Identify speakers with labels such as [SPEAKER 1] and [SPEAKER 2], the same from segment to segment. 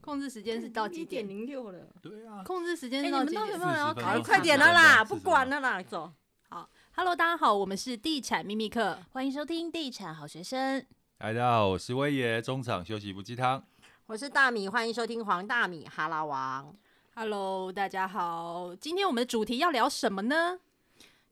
[SPEAKER 1] 控制时间是到几
[SPEAKER 2] 一点
[SPEAKER 1] 点？
[SPEAKER 2] 零六了。
[SPEAKER 3] 对啊，
[SPEAKER 1] 控制时间
[SPEAKER 2] 哎、
[SPEAKER 1] 是
[SPEAKER 2] 你
[SPEAKER 1] 到
[SPEAKER 2] 们
[SPEAKER 1] 几
[SPEAKER 2] 到底有
[SPEAKER 1] 点
[SPEAKER 2] 没？有人要
[SPEAKER 3] 40分
[SPEAKER 2] 开？
[SPEAKER 3] 钟
[SPEAKER 2] 快点了啦，
[SPEAKER 3] 40
[SPEAKER 2] 不
[SPEAKER 3] 分钟
[SPEAKER 2] 管了啦，走。
[SPEAKER 1] 好，Hello，大家好，我们是地产秘密课。
[SPEAKER 4] 欢迎收听《地产好学生》。
[SPEAKER 3] 大家好，我是威爷，中场休息不鸡汤。
[SPEAKER 2] 我是大米，欢迎收听黄大米哈拉王。
[SPEAKER 1] Hello，大家好，今天我们的主题要聊什么呢？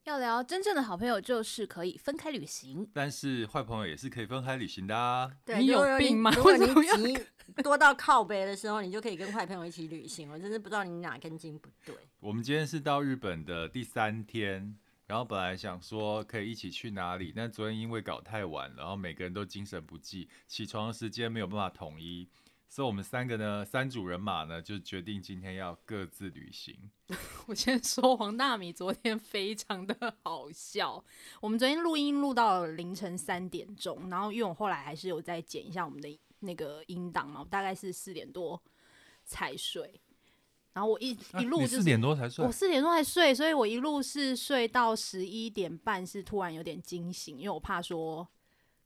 [SPEAKER 4] 要聊真正的好朋友，就是可以分开旅行。
[SPEAKER 3] 但是坏朋友也是可以分开旅行的、啊，
[SPEAKER 2] 对，
[SPEAKER 1] 你有
[SPEAKER 2] 如果
[SPEAKER 1] 病吗
[SPEAKER 2] 如 果
[SPEAKER 1] 为什么要
[SPEAKER 2] 你急多到靠背的时候，你就可以跟坏朋友一起旅行。我真是不知道你哪根筋不对。
[SPEAKER 3] 我们今天是到日本的第三天，然后本来想说可以一起去哪里，但昨天因为搞太晚，然后每个人都精神不济，起床的时间没有办法统一，所以我们三个呢，三组人马呢，就决定今天要各自旅行。
[SPEAKER 1] 我先说黄大米昨天非常的好笑。我们昨天录音录到凌晨三点钟，然后因为我后来还是有再剪一下我们的那个音档嘛，我大概是四点多才睡，然后我一一路
[SPEAKER 3] 啊
[SPEAKER 1] 就是
[SPEAKER 3] 你四点多才睡
[SPEAKER 1] 我，啊四点钟才睡，所以我一路是睡到十一点半，是突然有点惊醒，因为我怕说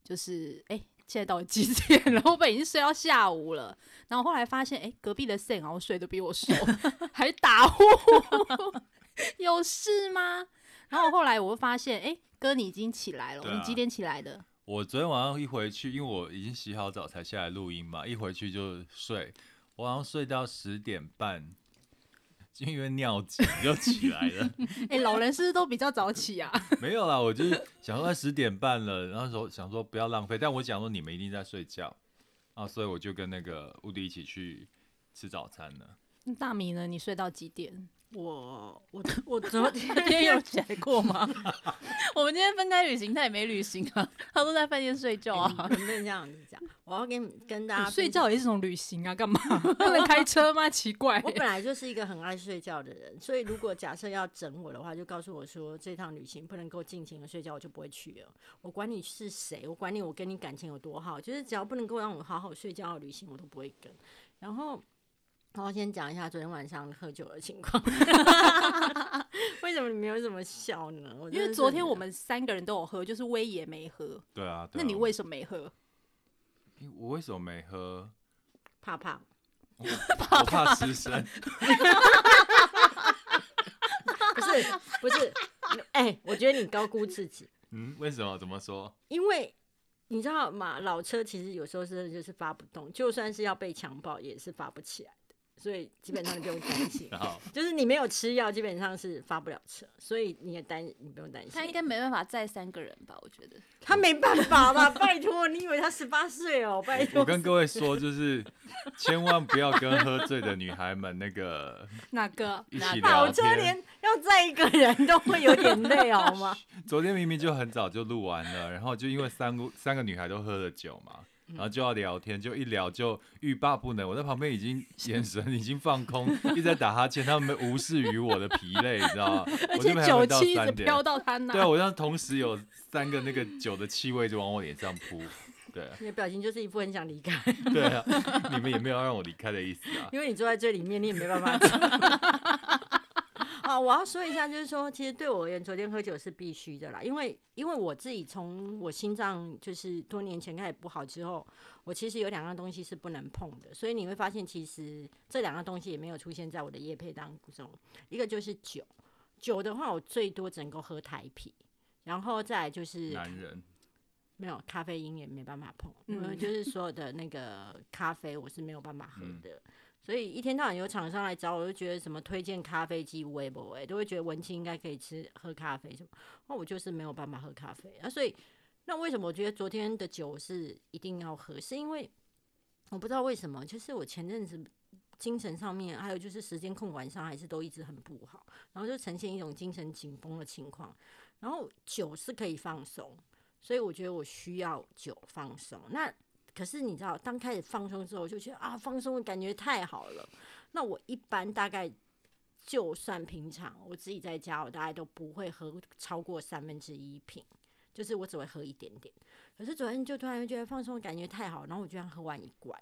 [SPEAKER 1] 就是哎、诶现在到底几点？ 然后我本已经睡到下午了，然后后来发现哎、诶隔壁的 Sam 好像睡得比我熟，还打呼， 有事吗？然后后来我就发现哎、诶哥你已经起来了，
[SPEAKER 3] 对啊
[SPEAKER 1] 你几点起来的？
[SPEAKER 3] 我昨天晚上一回去，因为我已经洗好澡才下来录音嘛，一回去就睡，我好像睡到十点半，就因为尿急就起来了。
[SPEAKER 1] 哎、老人是不是都比较早起啊？
[SPEAKER 3] 没有啦，我就是想说十点半了，然后说想说不要浪费，但我想说你们一定在睡觉啊，所以我就跟那个乌迪一起去吃早餐了。
[SPEAKER 1] 大米呢？你睡到几点？
[SPEAKER 2] 我我我昨
[SPEAKER 4] 今
[SPEAKER 2] 天
[SPEAKER 4] 天有起来过吗？ 我们今天分开旅行，他也没旅行 啊，他都在饭店睡觉啊。
[SPEAKER 2] 能不能这样子讲？我要跟你跟大家
[SPEAKER 1] 你
[SPEAKER 2] 分
[SPEAKER 1] 睡觉也是一种旅行啊，干嘛？ 不能开车吗？奇怪、
[SPEAKER 2] 我本来就是一个很爱睡觉的人，所以如果假设要整我的话，就告诉我说这趟旅行不能够尽情的睡觉，我就不会去了。我管你是谁，我管你我跟你感情有多好，就是只要不能够让我好好睡觉的旅行，我都不会跟。然后。然后先讲一下昨天晚上喝酒的情况， 为什么你没有怎么笑呢？我真
[SPEAKER 1] 因
[SPEAKER 2] 的
[SPEAKER 1] 为
[SPEAKER 2] 是
[SPEAKER 1] 昨天
[SPEAKER 2] 很
[SPEAKER 1] 我们三个人都有喝，就是威爷没喝。
[SPEAKER 3] 对啊，对
[SPEAKER 1] 那
[SPEAKER 3] 啊
[SPEAKER 1] 你为什么没喝？
[SPEAKER 3] 因为我为什么没喝？
[SPEAKER 2] 怕怕，
[SPEAKER 3] 我怕失身，
[SPEAKER 2] 不是不是，哎、我觉得你高估自己，
[SPEAKER 3] 嗯，为什么？怎么说？
[SPEAKER 2] 因为你知道吗？老车其实有时候真的就是发不动，就算是要被强暴也是发不起来的，所以基本上你不用担 心。
[SPEAKER 3] 然后
[SPEAKER 2] 就是你没有吃药，基本上是发不了车，所以你也担你不用担心。
[SPEAKER 4] 他应该没办法载三个人吧？我觉得。
[SPEAKER 2] 他没办法吧？拜托，你以为他十八岁哦？拜
[SPEAKER 3] 我
[SPEAKER 2] 托，
[SPEAKER 3] 跟各位说，就是千万不要跟喝醉的女孩们那个
[SPEAKER 1] 哪个？
[SPEAKER 3] 一起
[SPEAKER 2] 老
[SPEAKER 3] 聊
[SPEAKER 2] 车
[SPEAKER 3] 天。
[SPEAKER 2] 连要载一个人都会有点累，好吗？
[SPEAKER 3] 昨天明明就很早就录完了，然后就因为三个三个女孩都喝了酒嘛，然后就要聊天，就一聊就欲罢不能。我在旁边已经眼神已经放空，一直在打哈欠，他们无视于我的疲累，你知道吗？
[SPEAKER 1] 而
[SPEAKER 3] 我就
[SPEAKER 1] 且
[SPEAKER 3] 陪他
[SPEAKER 1] 酒
[SPEAKER 3] 们到
[SPEAKER 1] 气一直
[SPEAKER 3] 三点
[SPEAKER 1] 飘。到他那。
[SPEAKER 3] 对啊，我让同时有三个那个酒的气味就往我脸上扑。对啊
[SPEAKER 2] 你的表情就是一副很想离开，
[SPEAKER 3] 对啊， 你们也没有让我离开的意思啊。
[SPEAKER 2] 因为你坐在最里面，你也没办法 讲。啊，我要说一下，就是说，其实对我而言，昨天喝酒是必须的啦，因为因为我自己从我心脏就是多年前开始不好之后，我其实有两样东西是不能碰的，所以你会发现，其实这两样东西也没有出现在我的夜配当中。一个就是酒，酒的话，我最多只能够喝台啤，然后再来就是
[SPEAKER 3] 男人，
[SPEAKER 2] 没有咖啡因也没办法碰，
[SPEAKER 1] 嗯
[SPEAKER 2] 因为就是所有的那个咖啡我是没有办法喝的，所以一天到晚有厂商来找我，就觉得什么推荐咖啡机微博，哎，都会觉得文青应该可以吃喝咖啡什么，那我就是没有办法喝咖啡啊，所以那为什么我觉得昨天的酒是一定要喝，是因为我不知道为什么，就是我前阵子。精神上面，还有就是时间控管上，还是都一直很不好，然后就呈现一种精神紧绷的情况。然后酒是可以放松，所以我觉得我需要酒放松。那可是你知道，当开始放松之后，我就觉得啊，放松的感觉太好了。那我一般大概就算平常我自己在家，我大概都不会喝超过三分之一瓶，就是我只会喝一点点。可是昨天就突然觉得放松的感觉太好，然后我居然喝完一罐。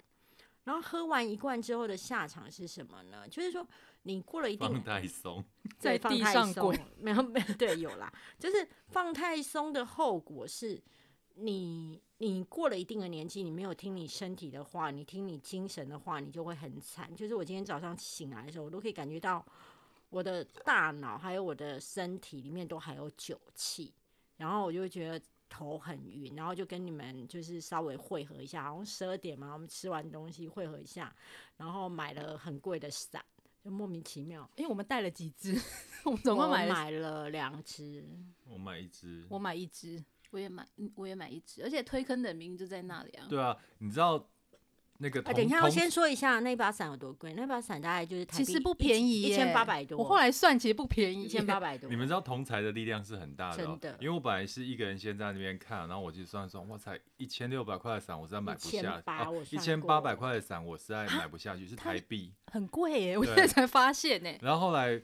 [SPEAKER 2] 然后喝完一罐之后的下场是什么呢？就是说，你过了一定
[SPEAKER 3] 放太松，
[SPEAKER 1] 在
[SPEAKER 2] 对放
[SPEAKER 1] 地
[SPEAKER 2] 太
[SPEAKER 1] 上
[SPEAKER 2] 松
[SPEAKER 1] 滚
[SPEAKER 2] 了，没有没有对有啦，就是放太松的后果是，你你过了一定的年纪，你没有听你身体的话，你听你精神的话，你就会很惨。就是我今天早上醒来的时候，我都可以感觉到我的大脑还有我的身体里面都还有酒气，然后我就会觉得头很晕，然后就跟你们就是稍微汇合一下，好像十二点嘛，我们吃完东西汇合一下，然后买了很贵的伞，就莫名其妙。
[SPEAKER 1] 因为我们带了几只， 我们总共
[SPEAKER 2] 我
[SPEAKER 1] 买了，
[SPEAKER 2] 买了两只，
[SPEAKER 3] 我买一支。
[SPEAKER 1] 我买一只，
[SPEAKER 4] 我也买，嗯我也买一只，而且推坑的明明就在那里 啊。
[SPEAKER 3] 对啊，你知道那个
[SPEAKER 2] 啊，
[SPEAKER 3] 同
[SPEAKER 2] 等一下，我
[SPEAKER 3] 同
[SPEAKER 2] 先说一下那把伞有多贵。那把伞大概就是台
[SPEAKER 1] 其
[SPEAKER 2] 币
[SPEAKER 1] 实不便宜
[SPEAKER 2] 一
[SPEAKER 1] 耶，
[SPEAKER 2] 千八百多。
[SPEAKER 1] 我后来算其实不便宜，
[SPEAKER 2] 一千八。百多。
[SPEAKER 3] 你们知道同才的力量是很大的、哦，
[SPEAKER 2] 真的
[SPEAKER 3] 因为我本来是一个人先在那边看，然后我去算一算，哇塞，一千六百块的伞我实在买不下，哦
[SPEAKER 2] 1800我
[SPEAKER 3] 一
[SPEAKER 2] 算
[SPEAKER 3] 千
[SPEAKER 2] 过啊
[SPEAKER 3] 八百块的伞我实在买不下去，是台币。
[SPEAKER 1] 很贵耶，我
[SPEAKER 3] 对
[SPEAKER 1] 现在才发现呢。
[SPEAKER 3] 然后后来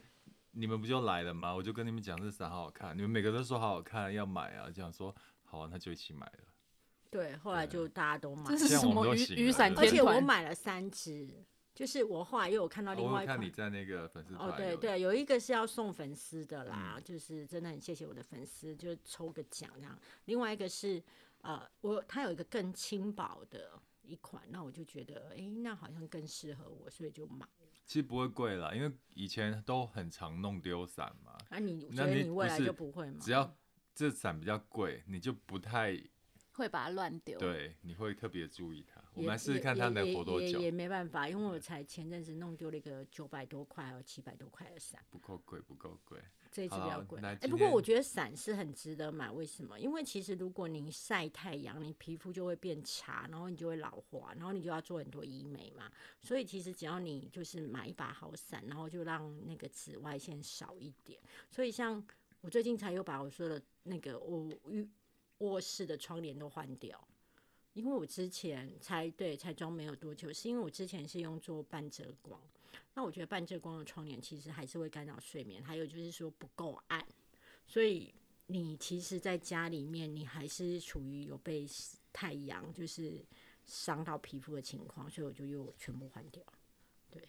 [SPEAKER 3] 你们不就来了吗？我就跟你们讲这伞好好看，你们每个都说好好看，要买啊，这样说好、啊，那就一起买了。
[SPEAKER 2] 对，后来就大家都买
[SPEAKER 1] 这，是
[SPEAKER 3] 这样
[SPEAKER 1] 什
[SPEAKER 3] 我
[SPEAKER 1] 么
[SPEAKER 3] 们都
[SPEAKER 1] 雨
[SPEAKER 3] 醒了
[SPEAKER 1] 雨伞
[SPEAKER 2] 而
[SPEAKER 1] 天
[SPEAKER 2] 且我
[SPEAKER 1] 团？
[SPEAKER 2] 买了三只，就是我后来又有看到
[SPEAKER 3] 啊
[SPEAKER 2] 另
[SPEAKER 3] 我
[SPEAKER 2] 外一
[SPEAKER 3] 有
[SPEAKER 2] 款
[SPEAKER 3] 看你。在那个粉丝
[SPEAKER 2] 哦，
[SPEAKER 3] 团有，嗯
[SPEAKER 2] 对对，有一个是要送粉丝的啦，就是真的很谢谢我的粉丝，就是抽个奖这样。另外一个是呃，我它有一个更轻薄的一款，那我就觉得诶，那好像更适合我，所以就买。
[SPEAKER 3] 其实不会贵啦，因为以前都很常弄丢伞嘛，
[SPEAKER 2] 啊你，
[SPEAKER 3] 那
[SPEAKER 2] 所以
[SPEAKER 3] 你
[SPEAKER 2] 你未
[SPEAKER 3] 不
[SPEAKER 2] 来
[SPEAKER 3] 是
[SPEAKER 2] 就不会吗？
[SPEAKER 3] 只要这伞比较贵，你就不太
[SPEAKER 4] 会把它乱丢。，
[SPEAKER 3] 对，你会特别注意它。我
[SPEAKER 2] 也
[SPEAKER 3] 们来试试
[SPEAKER 2] 也
[SPEAKER 3] 看
[SPEAKER 2] 也
[SPEAKER 3] 它能
[SPEAKER 2] 也
[SPEAKER 3] 活多
[SPEAKER 2] 也
[SPEAKER 3] 久
[SPEAKER 2] 也，没办法，因为我才前阵子弄丢了一个九百多块还有七百多块的伞，
[SPEAKER 3] 不够贵，不够贵。
[SPEAKER 2] 这一次
[SPEAKER 3] 好
[SPEAKER 2] 比较
[SPEAKER 3] 啦
[SPEAKER 2] 贵。
[SPEAKER 3] 那
[SPEAKER 2] 哎、
[SPEAKER 3] 今
[SPEAKER 2] 不过我
[SPEAKER 3] 天
[SPEAKER 2] 觉得伞是很值得买，为什么？因为其实如果你晒太阳，你皮肤就会变差，然后你就会老化，然后你就要做很多医美嘛。所以其实只要你就是买一把好伞，然后就让那个紫外线少一点。所以像我最近才有把我说的那个我浴卧室的窗帘都换掉。因为我之前才对才装没有多久，是因为我之前是用做半遮光，那我觉得半遮光的窗帘其实还是会干扰睡眠，还有就是说不够暗，所以你其实，在家里面你还是处于有被太阳就是伤到皮肤的情况，所以我就又全部换掉了。对，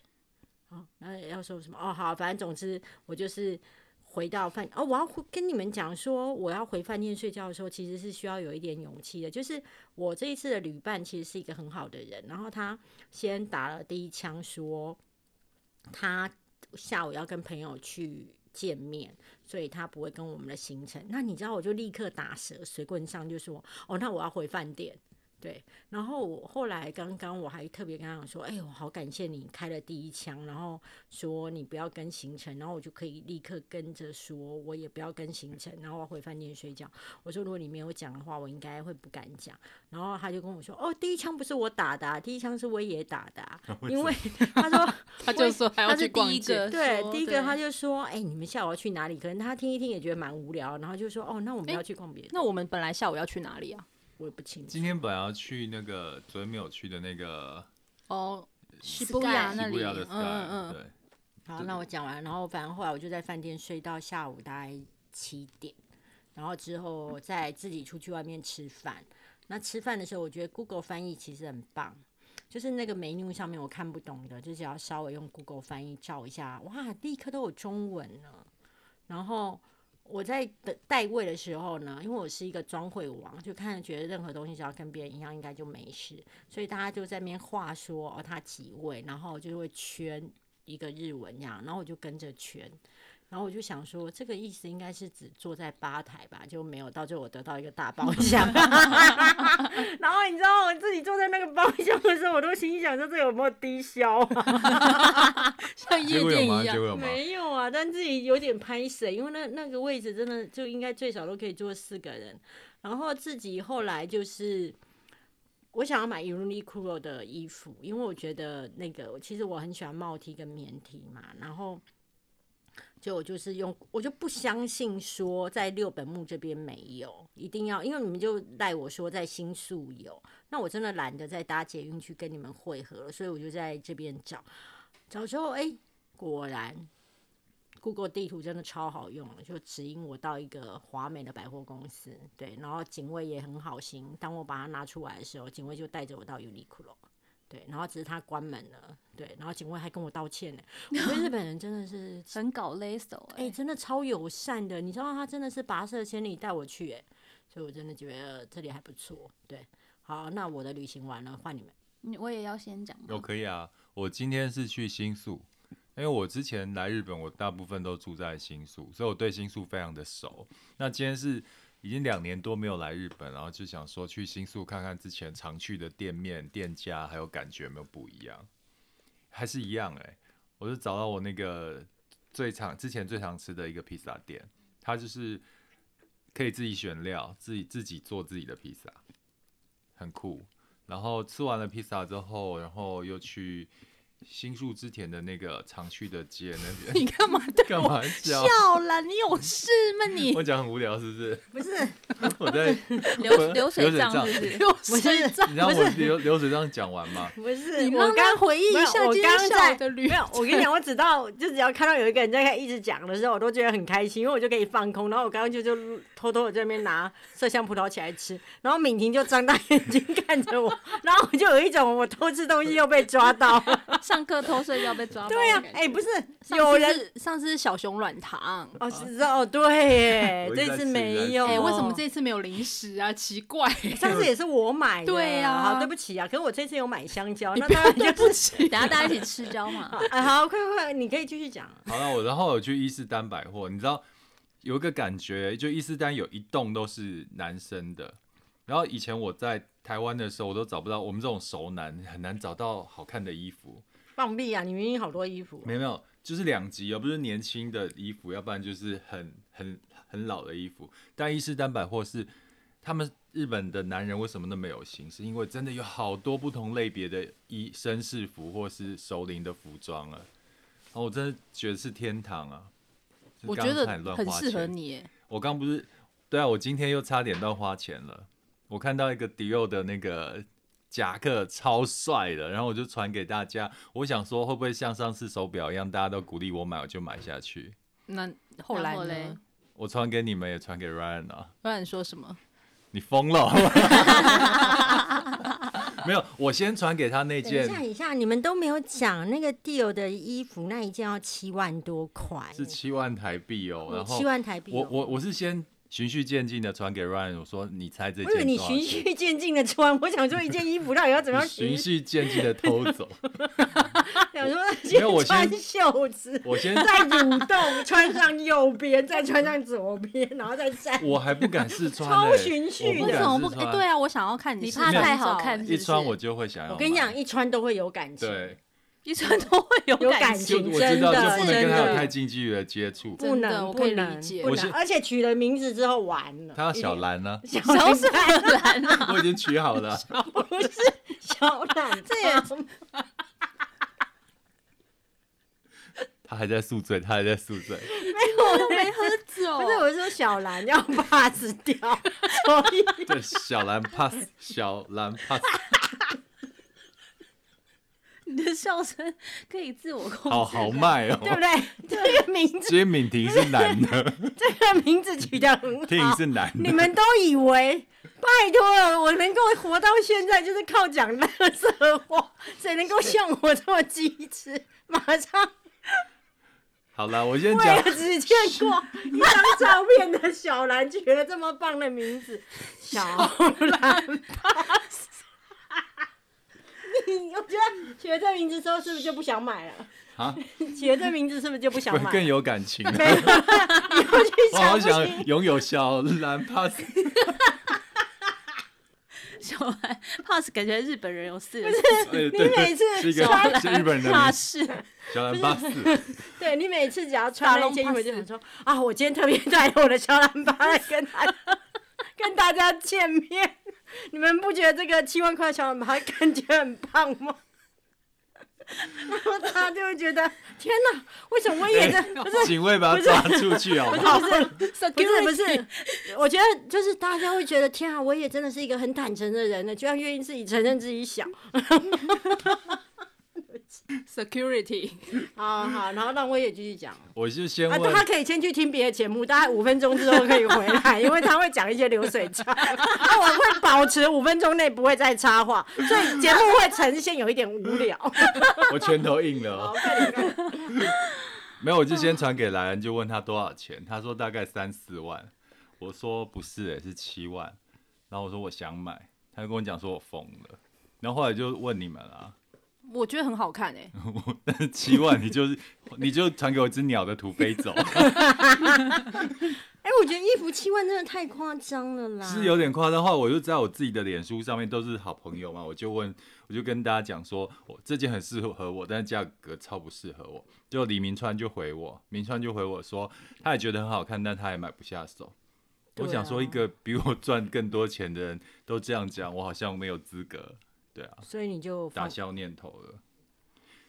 [SPEAKER 2] 好，那要说什么？哦，好，反正总之我就是。回到饭哦，我要回跟你们讲说，我要回饭店睡觉的时候，其实是需要有一点勇气的。就是我这一次的旅伴其实是一个很好的人，然后他先打了第一枪，说他下午要跟朋友去见面，所以他不会跟我们的行程。那你知道，我就立刻打蛇随棍上，就说哦，那我要回饭店。对，然后我后来刚刚我还特别跟他讲说，哎，我好感谢你开了第一枪，然后说你不要跟行程，然后我就可以立刻跟着说，我也不要跟行程，然后我要回饭店睡觉。我说如果你没有讲的话，我应该会不敢讲。然后他就跟我说，哦，第一枪不是我打的啊、第一枪是威爷打的啊、因为 他说
[SPEAKER 1] 他就说还要
[SPEAKER 4] 他
[SPEAKER 1] 去
[SPEAKER 4] 是
[SPEAKER 1] 逛
[SPEAKER 4] 第一
[SPEAKER 1] 街
[SPEAKER 4] 个，
[SPEAKER 2] 对，
[SPEAKER 4] 呃说
[SPEAKER 2] 第一个他
[SPEAKER 4] 对
[SPEAKER 2] 就说：“哎、你们下午要去哪里？”可能他听一听也觉得蛮无聊，然后就说：“哦，那我们
[SPEAKER 1] 哎
[SPEAKER 2] 要去逛别的。
[SPEAKER 1] 那我们本来下午要去哪里啊？
[SPEAKER 2] 我也不清楚
[SPEAKER 3] 今。天本来要去那个昨天没有去的那个
[SPEAKER 1] 哦，西
[SPEAKER 4] Sky
[SPEAKER 1] 伯利亚
[SPEAKER 3] 西
[SPEAKER 1] 那
[SPEAKER 3] 布
[SPEAKER 1] 里，
[SPEAKER 3] 亚
[SPEAKER 1] 嗯
[SPEAKER 3] 的 sky，、
[SPEAKER 1] 嗯嗯，
[SPEAKER 3] 对，
[SPEAKER 2] 好，那我讲完，然后反正后来我就在饭店睡到下午大概七点，然后之后再自己出去外面吃饭。那吃饭的时候，我觉得 Google 翻译其实很棒，就是那个 menu 上面我看不懂的，就只要稍微用 Google 翻译照一下，哇，立刻都有中文了。然后我在等待位的时候呢，因为我是一个装会王，就看觉得任何东西只要跟别人一样，应该就没事，所以大家就在那边话说哦，他几位，然后就会圈一个日文这样，然后我就跟着圈。然后我就想说，这个意思应该是只坐在吧台吧，就没有到最后我得到一个大包厢。然后你知道我自己坐在那个包厢的时候，我都心想说这有没有低消啊？
[SPEAKER 1] 像
[SPEAKER 3] 结
[SPEAKER 1] 夜
[SPEAKER 3] 果有
[SPEAKER 1] 店
[SPEAKER 3] 吗？
[SPEAKER 1] 一样
[SPEAKER 3] 结。果有吗？
[SPEAKER 2] 没有啊，但自己有点拍死，欸因为那那个位置真的就应该最少都可以坐四个人。然后自己后来就是，我想要买 Uniqlo 的衣服，因为我觉得那个其实我很喜欢帽 T 跟棉 T 嘛，然后。就我就是用，我就不相信说在六本木这边没有，一定要，因为你们就赖我说在新宿有，那我真的懒得再搭捷运去跟你们汇合了，所以我就在这边找，找之后哎、果然，Google 地图真的超好用的，就指引我到一个华美的百货公司。对，然后警卫也很好心，当我把它拿出来的时候，警卫就带着我到 Uniqlo。对，然后只是他关门了，对，然后警卫还跟我道歉呢。我觉得日本人真的 是，
[SPEAKER 4] 很搞勒手
[SPEAKER 2] 哎、
[SPEAKER 4] 哎、
[SPEAKER 2] 真的超友善的，你知道他真的是跋涉千里带我去、哎，所以我真的觉得这里还不错。对，好，那我的旅行完了，换你们。
[SPEAKER 4] 你我也要先讲吗
[SPEAKER 3] 我可以啊，我今天是去新宿，因为我之前来日本，我大部分都住在新宿，所以我对新宿非常的熟。那今天是已经两年多没有来日本，然后就想说去新宿看看之前常去的店面、店家，还有感觉有没有不一样，还是一样哎、我就找到我那个最常之前最常吃的一个披萨店，它就是可以自己选料，自己自己做自己的披萨，很酷。然后吃完了披萨之后，然后又去新宿之田的那个常去的街那边，
[SPEAKER 1] 你干嘛对
[SPEAKER 3] 干
[SPEAKER 1] 我
[SPEAKER 3] 嘛笑？
[SPEAKER 1] 笑了？你有事吗你？
[SPEAKER 3] 我讲很无聊是不是？
[SPEAKER 2] 不是，
[SPEAKER 3] 我在
[SPEAKER 4] 流
[SPEAKER 3] 我
[SPEAKER 4] 流水
[SPEAKER 3] 流水
[SPEAKER 4] 账
[SPEAKER 3] 账
[SPEAKER 4] 是不是？
[SPEAKER 1] 有
[SPEAKER 2] 不
[SPEAKER 1] 事？
[SPEAKER 2] 是，
[SPEAKER 3] 你让我流流水账讲完嘛？，
[SPEAKER 2] 不是，
[SPEAKER 1] 你
[SPEAKER 2] 我
[SPEAKER 1] 让
[SPEAKER 2] 刚
[SPEAKER 1] 他回忆
[SPEAKER 2] 没
[SPEAKER 1] 一
[SPEAKER 2] 有
[SPEAKER 1] 下
[SPEAKER 2] 我
[SPEAKER 1] 今
[SPEAKER 2] 刚
[SPEAKER 1] 天下
[SPEAKER 2] 在
[SPEAKER 1] 午的旅
[SPEAKER 2] 没有，我跟你讲，我只到就只要看到有一个人在开一直讲的时候，我都觉得很开心，因为我就可以放空。然后我刚刚就就偷偷的在那边拿麝香葡萄起来吃，然后敏婷就张大眼睛看着我，然后我就有一种我偷吃东西又被抓到。
[SPEAKER 4] 上课偷睡觉被抓包的
[SPEAKER 2] 对呀、
[SPEAKER 4] 感觉
[SPEAKER 2] 哎、不是
[SPEAKER 1] 上次
[SPEAKER 2] 有人
[SPEAKER 1] 是上次是小熊软糖。
[SPEAKER 2] 哦是哦对耶
[SPEAKER 3] 我一直
[SPEAKER 2] 这
[SPEAKER 3] 在
[SPEAKER 2] 次
[SPEAKER 3] 吃一直在
[SPEAKER 2] 没
[SPEAKER 3] 吃
[SPEAKER 2] 有，哦
[SPEAKER 1] 哎、为什么这次没有零食啊？奇怪、
[SPEAKER 2] 上次也是我买的？
[SPEAKER 1] 对呀
[SPEAKER 2] 好对不起啊，可是我这次有买香蕉，
[SPEAKER 1] 你
[SPEAKER 2] 那
[SPEAKER 1] 不
[SPEAKER 2] 当
[SPEAKER 1] 要
[SPEAKER 2] 然就
[SPEAKER 1] 对不起。
[SPEAKER 4] 等下大家一起吃蕉嘛。
[SPEAKER 2] 啊好快快，你可以继续讲。
[SPEAKER 3] 好了，我然后我去伊势丹百货，你知道有一个感觉，就伊势丹有一栋都是男生的。然后以前我在台湾的时候，我都找不到我们这种熟男很难找到好看的衣服。
[SPEAKER 2] 放屁啊！你明明好多衣服哦、
[SPEAKER 3] 没有没有，就是两极哦，不是年轻的衣服，要不然就是很很很老的衣服。但伊势丹百货是他们日本的男人为什么那么有型，是因为真的有好多不同类别的衣绅士服或是熟龄的服装啊。哦，我真的觉得是天堂啊！就是
[SPEAKER 1] 我
[SPEAKER 3] 刚
[SPEAKER 1] 觉得
[SPEAKER 3] 才乱
[SPEAKER 1] 很
[SPEAKER 3] 花
[SPEAKER 1] 适合
[SPEAKER 3] 钱
[SPEAKER 1] 你耶，
[SPEAKER 3] 我刚不是，对啊，我今天又差点到花钱了。我看到一个迪奥的那个夹克超帅的，然后我就传给大家。我想说，会不会像上次手表一样，大家都鼓励我买，我就买下去。
[SPEAKER 1] 那后来
[SPEAKER 4] 然后嘞
[SPEAKER 1] 呢？
[SPEAKER 3] 我传给你们，也传给 Ryan 啊。
[SPEAKER 1] 不然说什么？
[SPEAKER 3] 你疯了？没有，我先传给他那
[SPEAKER 2] 等一下，
[SPEAKER 3] 件
[SPEAKER 2] 等一下，你们都没有讲那个 deal 的衣服，那一件要七万多块，
[SPEAKER 3] 是七万台币哦，然后
[SPEAKER 2] 七万台币哦、
[SPEAKER 3] 我我我是先循序渐进的传给 Ryan，我说你猜这件
[SPEAKER 2] 我以为你
[SPEAKER 3] 多少
[SPEAKER 2] 循
[SPEAKER 3] 钱
[SPEAKER 2] 序渐进的穿，我想说一件衣服到底要怎么样
[SPEAKER 3] 你循
[SPEAKER 2] 序，
[SPEAKER 3] 序渐进的偷走。
[SPEAKER 2] 想说
[SPEAKER 3] 没有我
[SPEAKER 2] 先穿
[SPEAKER 3] 先
[SPEAKER 2] 袖子，
[SPEAKER 3] 我先
[SPEAKER 2] 再蠕动，穿上右边，再穿上左边，然后再站。
[SPEAKER 3] 我还不敢试穿、欸，
[SPEAKER 2] 超循序
[SPEAKER 3] 我
[SPEAKER 2] 的
[SPEAKER 3] 不
[SPEAKER 1] 为
[SPEAKER 3] 敢
[SPEAKER 1] 什么不
[SPEAKER 3] 试？
[SPEAKER 1] 哎、
[SPEAKER 3] 穿
[SPEAKER 1] 对啊，我想要看你
[SPEAKER 4] 你
[SPEAKER 1] 试
[SPEAKER 4] 怕
[SPEAKER 1] 穿照，
[SPEAKER 4] 太好看
[SPEAKER 1] 哎
[SPEAKER 4] 是
[SPEAKER 3] 一
[SPEAKER 4] 不是
[SPEAKER 3] 穿我就会想要。
[SPEAKER 2] 我跟你讲，，一穿都会有感情，
[SPEAKER 3] 对，
[SPEAKER 4] 一穿都会有
[SPEAKER 2] 有
[SPEAKER 4] 感
[SPEAKER 2] 感
[SPEAKER 4] 情。
[SPEAKER 3] 就
[SPEAKER 2] 情
[SPEAKER 3] 我知
[SPEAKER 2] 真
[SPEAKER 3] 道，就
[SPEAKER 2] 的
[SPEAKER 3] 不能跟他
[SPEAKER 2] 真
[SPEAKER 3] 有
[SPEAKER 2] 的
[SPEAKER 3] 太近距离的接触。
[SPEAKER 2] 不
[SPEAKER 1] 真的
[SPEAKER 2] 能
[SPEAKER 1] 我
[SPEAKER 2] 不
[SPEAKER 1] 可以
[SPEAKER 2] 能
[SPEAKER 1] 理解
[SPEAKER 2] 不
[SPEAKER 3] 我是
[SPEAKER 2] 能，而且取了名字之后完了，
[SPEAKER 3] 他要
[SPEAKER 2] 一定
[SPEAKER 3] 小兰呢、
[SPEAKER 2] 小
[SPEAKER 4] 小
[SPEAKER 2] 兰
[SPEAKER 4] 什么蓝啊？
[SPEAKER 3] 我已经取好了。
[SPEAKER 2] 不是小懒，这也
[SPEAKER 3] 他还在宿醉，他还在宿醉。
[SPEAKER 2] 我没
[SPEAKER 1] 喝酒，
[SPEAKER 2] 不是，我是说小兰要 pass 掉，所 以
[SPEAKER 3] 对，小兰 pass，小兰 pass。
[SPEAKER 4] 你的笑声可以自我控制。
[SPEAKER 3] 好豪迈
[SPEAKER 2] 对啊不
[SPEAKER 3] 哦。
[SPEAKER 2] 对？这个名字，
[SPEAKER 3] 今天敏婷是男的，
[SPEAKER 2] 这个名字取得很
[SPEAKER 3] 婷
[SPEAKER 2] 好，
[SPEAKER 3] 是男
[SPEAKER 2] 哦你
[SPEAKER 3] 的。
[SPEAKER 2] 们都以为。拜托了，我能够活到现在，就是靠讲乐色话。谁能够像我这么机智？马上
[SPEAKER 3] 好了，我先
[SPEAKER 2] 为了
[SPEAKER 3] 讲。
[SPEAKER 2] 只见 过一张照片的小兰，取了这么棒的名字，小兰 pass。你我觉得取了这名字之后，是不是就不想买了？
[SPEAKER 3] 啊，
[SPEAKER 2] 取了这名字，是不是就不想
[SPEAKER 3] 会
[SPEAKER 2] 买了
[SPEAKER 3] 更？有感情
[SPEAKER 2] 没有
[SPEAKER 3] 了。
[SPEAKER 2] 啦，你要去
[SPEAKER 3] 我好
[SPEAKER 2] 想不
[SPEAKER 3] 想
[SPEAKER 2] 行。
[SPEAKER 3] 拥有小兰 pass。
[SPEAKER 4] 小蓝 pass 感觉日本人有四个
[SPEAKER 3] 哎对
[SPEAKER 2] 你
[SPEAKER 3] 对
[SPEAKER 2] 每
[SPEAKER 3] 对，
[SPEAKER 2] 次
[SPEAKER 3] 是一个
[SPEAKER 2] 穿
[SPEAKER 3] 是日本人的名
[SPEAKER 4] pass
[SPEAKER 3] 字
[SPEAKER 4] 是
[SPEAKER 3] 小兰 pass。
[SPEAKER 2] 对你每次只要穿了一件衣
[SPEAKER 4] 大
[SPEAKER 2] 服，
[SPEAKER 4] 龙
[SPEAKER 2] 就想说啊，我今天特别带我的小蓝巴来跟大 跟大家见面。你们不觉得这个七万块小蓝巴感觉很棒吗？ 然后他就会觉得天哪，为什么我
[SPEAKER 3] 哎
[SPEAKER 2] 也在？不是
[SPEAKER 3] 警卫把他抓出去好不好？
[SPEAKER 2] 不是不是不是，我觉得就是大家会觉得天啊，我也真的是一个很坦诚的人呢，居然愿意自己承认自己小。
[SPEAKER 1] security，
[SPEAKER 2] 好好，然后让我也继续讲。
[SPEAKER 3] 我就先
[SPEAKER 2] 啊，
[SPEAKER 3] 问
[SPEAKER 2] 他可以先去听别的节目，大概五分钟之后可以回 来，因为他会讲一些流水账。那我会保持五分钟内不会再插话，所以节目会呈现有一点无聊。
[SPEAKER 3] 我拳头硬了哦、
[SPEAKER 2] 好，快点快点
[SPEAKER 3] 没有，我就先传给莱恩，就问他多少钱，他说大概三四万。我说不是、欸，是七万。然后我说我想买，他就跟我讲说我疯了。然后后来就问你们啦、
[SPEAKER 1] 我觉得很好看哎、
[SPEAKER 3] 啊，七万你就是你就传给我一只鸟的图飞走，
[SPEAKER 2] 哎、我觉得衣服七万真的太夸张了啦。
[SPEAKER 3] 是有点夸张的话，我就在我自己的脸书上面都是好朋友嘛，我就问，我就跟大家讲说，我这件很适合我，但是价格超不适合我。就李明川就回我，明川就回我说，他也觉得很好看，但他也买不下手。我
[SPEAKER 2] 对
[SPEAKER 3] 想说，
[SPEAKER 2] 啊
[SPEAKER 3] 一个比我赚更多钱的人都这样讲，我好像没有资格，对啊，
[SPEAKER 2] 所以你就
[SPEAKER 3] 打
[SPEAKER 2] 放
[SPEAKER 3] 消念头了。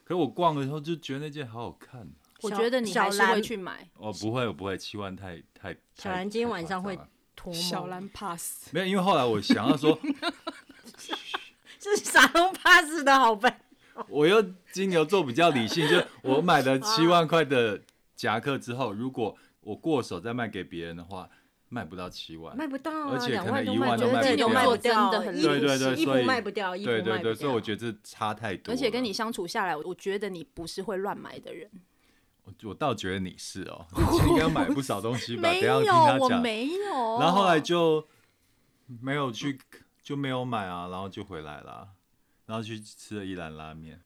[SPEAKER 3] 可是我逛的时候就觉得那件好好看啊
[SPEAKER 1] 我
[SPEAKER 2] 小
[SPEAKER 1] 觉得你
[SPEAKER 2] 小
[SPEAKER 1] 还是
[SPEAKER 2] 蓝
[SPEAKER 1] 会去买。
[SPEAKER 3] 哦，不会，我不会，七万太太。太
[SPEAKER 2] 小兰今天
[SPEAKER 3] 太
[SPEAKER 2] 晚上
[SPEAKER 3] 夸张
[SPEAKER 2] 会
[SPEAKER 3] 了
[SPEAKER 2] 脱毛，
[SPEAKER 1] pass，
[SPEAKER 3] 没有，因为后来我想要说，
[SPEAKER 2] 是傻龙 pass 的好呗。
[SPEAKER 3] 我又金牛座比较理性，就我买了七万块的夹克之后，如果我过手再卖给别人的话，卖不到七万。
[SPEAKER 2] 卖不到啊，
[SPEAKER 3] 而且
[SPEAKER 2] 两
[SPEAKER 3] 可
[SPEAKER 2] 万
[SPEAKER 3] 能
[SPEAKER 2] 都
[SPEAKER 3] 一
[SPEAKER 2] 卖
[SPEAKER 3] 万
[SPEAKER 2] 不
[SPEAKER 3] 都
[SPEAKER 2] 掉，
[SPEAKER 3] 卖
[SPEAKER 2] 金牛
[SPEAKER 3] 不
[SPEAKER 2] 卖
[SPEAKER 3] 掉
[SPEAKER 2] 不
[SPEAKER 1] 真
[SPEAKER 2] 掉，
[SPEAKER 1] 的很
[SPEAKER 2] 衣服
[SPEAKER 3] 对对对
[SPEAKER 2] 衣服
[SPEAKER 3] 所以
[SPEAKER 2] 卖不掉，衣服
[SPEAKER 3] 对对
[SPEAKER 2] 卖不
[SPEAKER 3] 对，所以
[SPEAKER 2] 掉
[SPEAKER 3] 我觉得差太多
[SPEAKER 1] 而
[SPEAKER 3] 了。
[SPEAKER 1] 且跟你相处下来，我觉得你不是会乱买的人。
[SPEAKER 3] 我，我倒觉得你是哦，你应该买不少东西吧？等
[SPEAKER 1] 没
[SPEAKER 3] 一下
[SPEAKER 1] 有
[SPEAKER 3] 听他，
[SPEAKER 1] 我
[SPEAKER 3] 讲。
[SPEAKER 1] 没有。
[SPEAKER 3] 然后后来就没有去，就没有买啊，然后就回来啦，然后去吃了一兰拉面。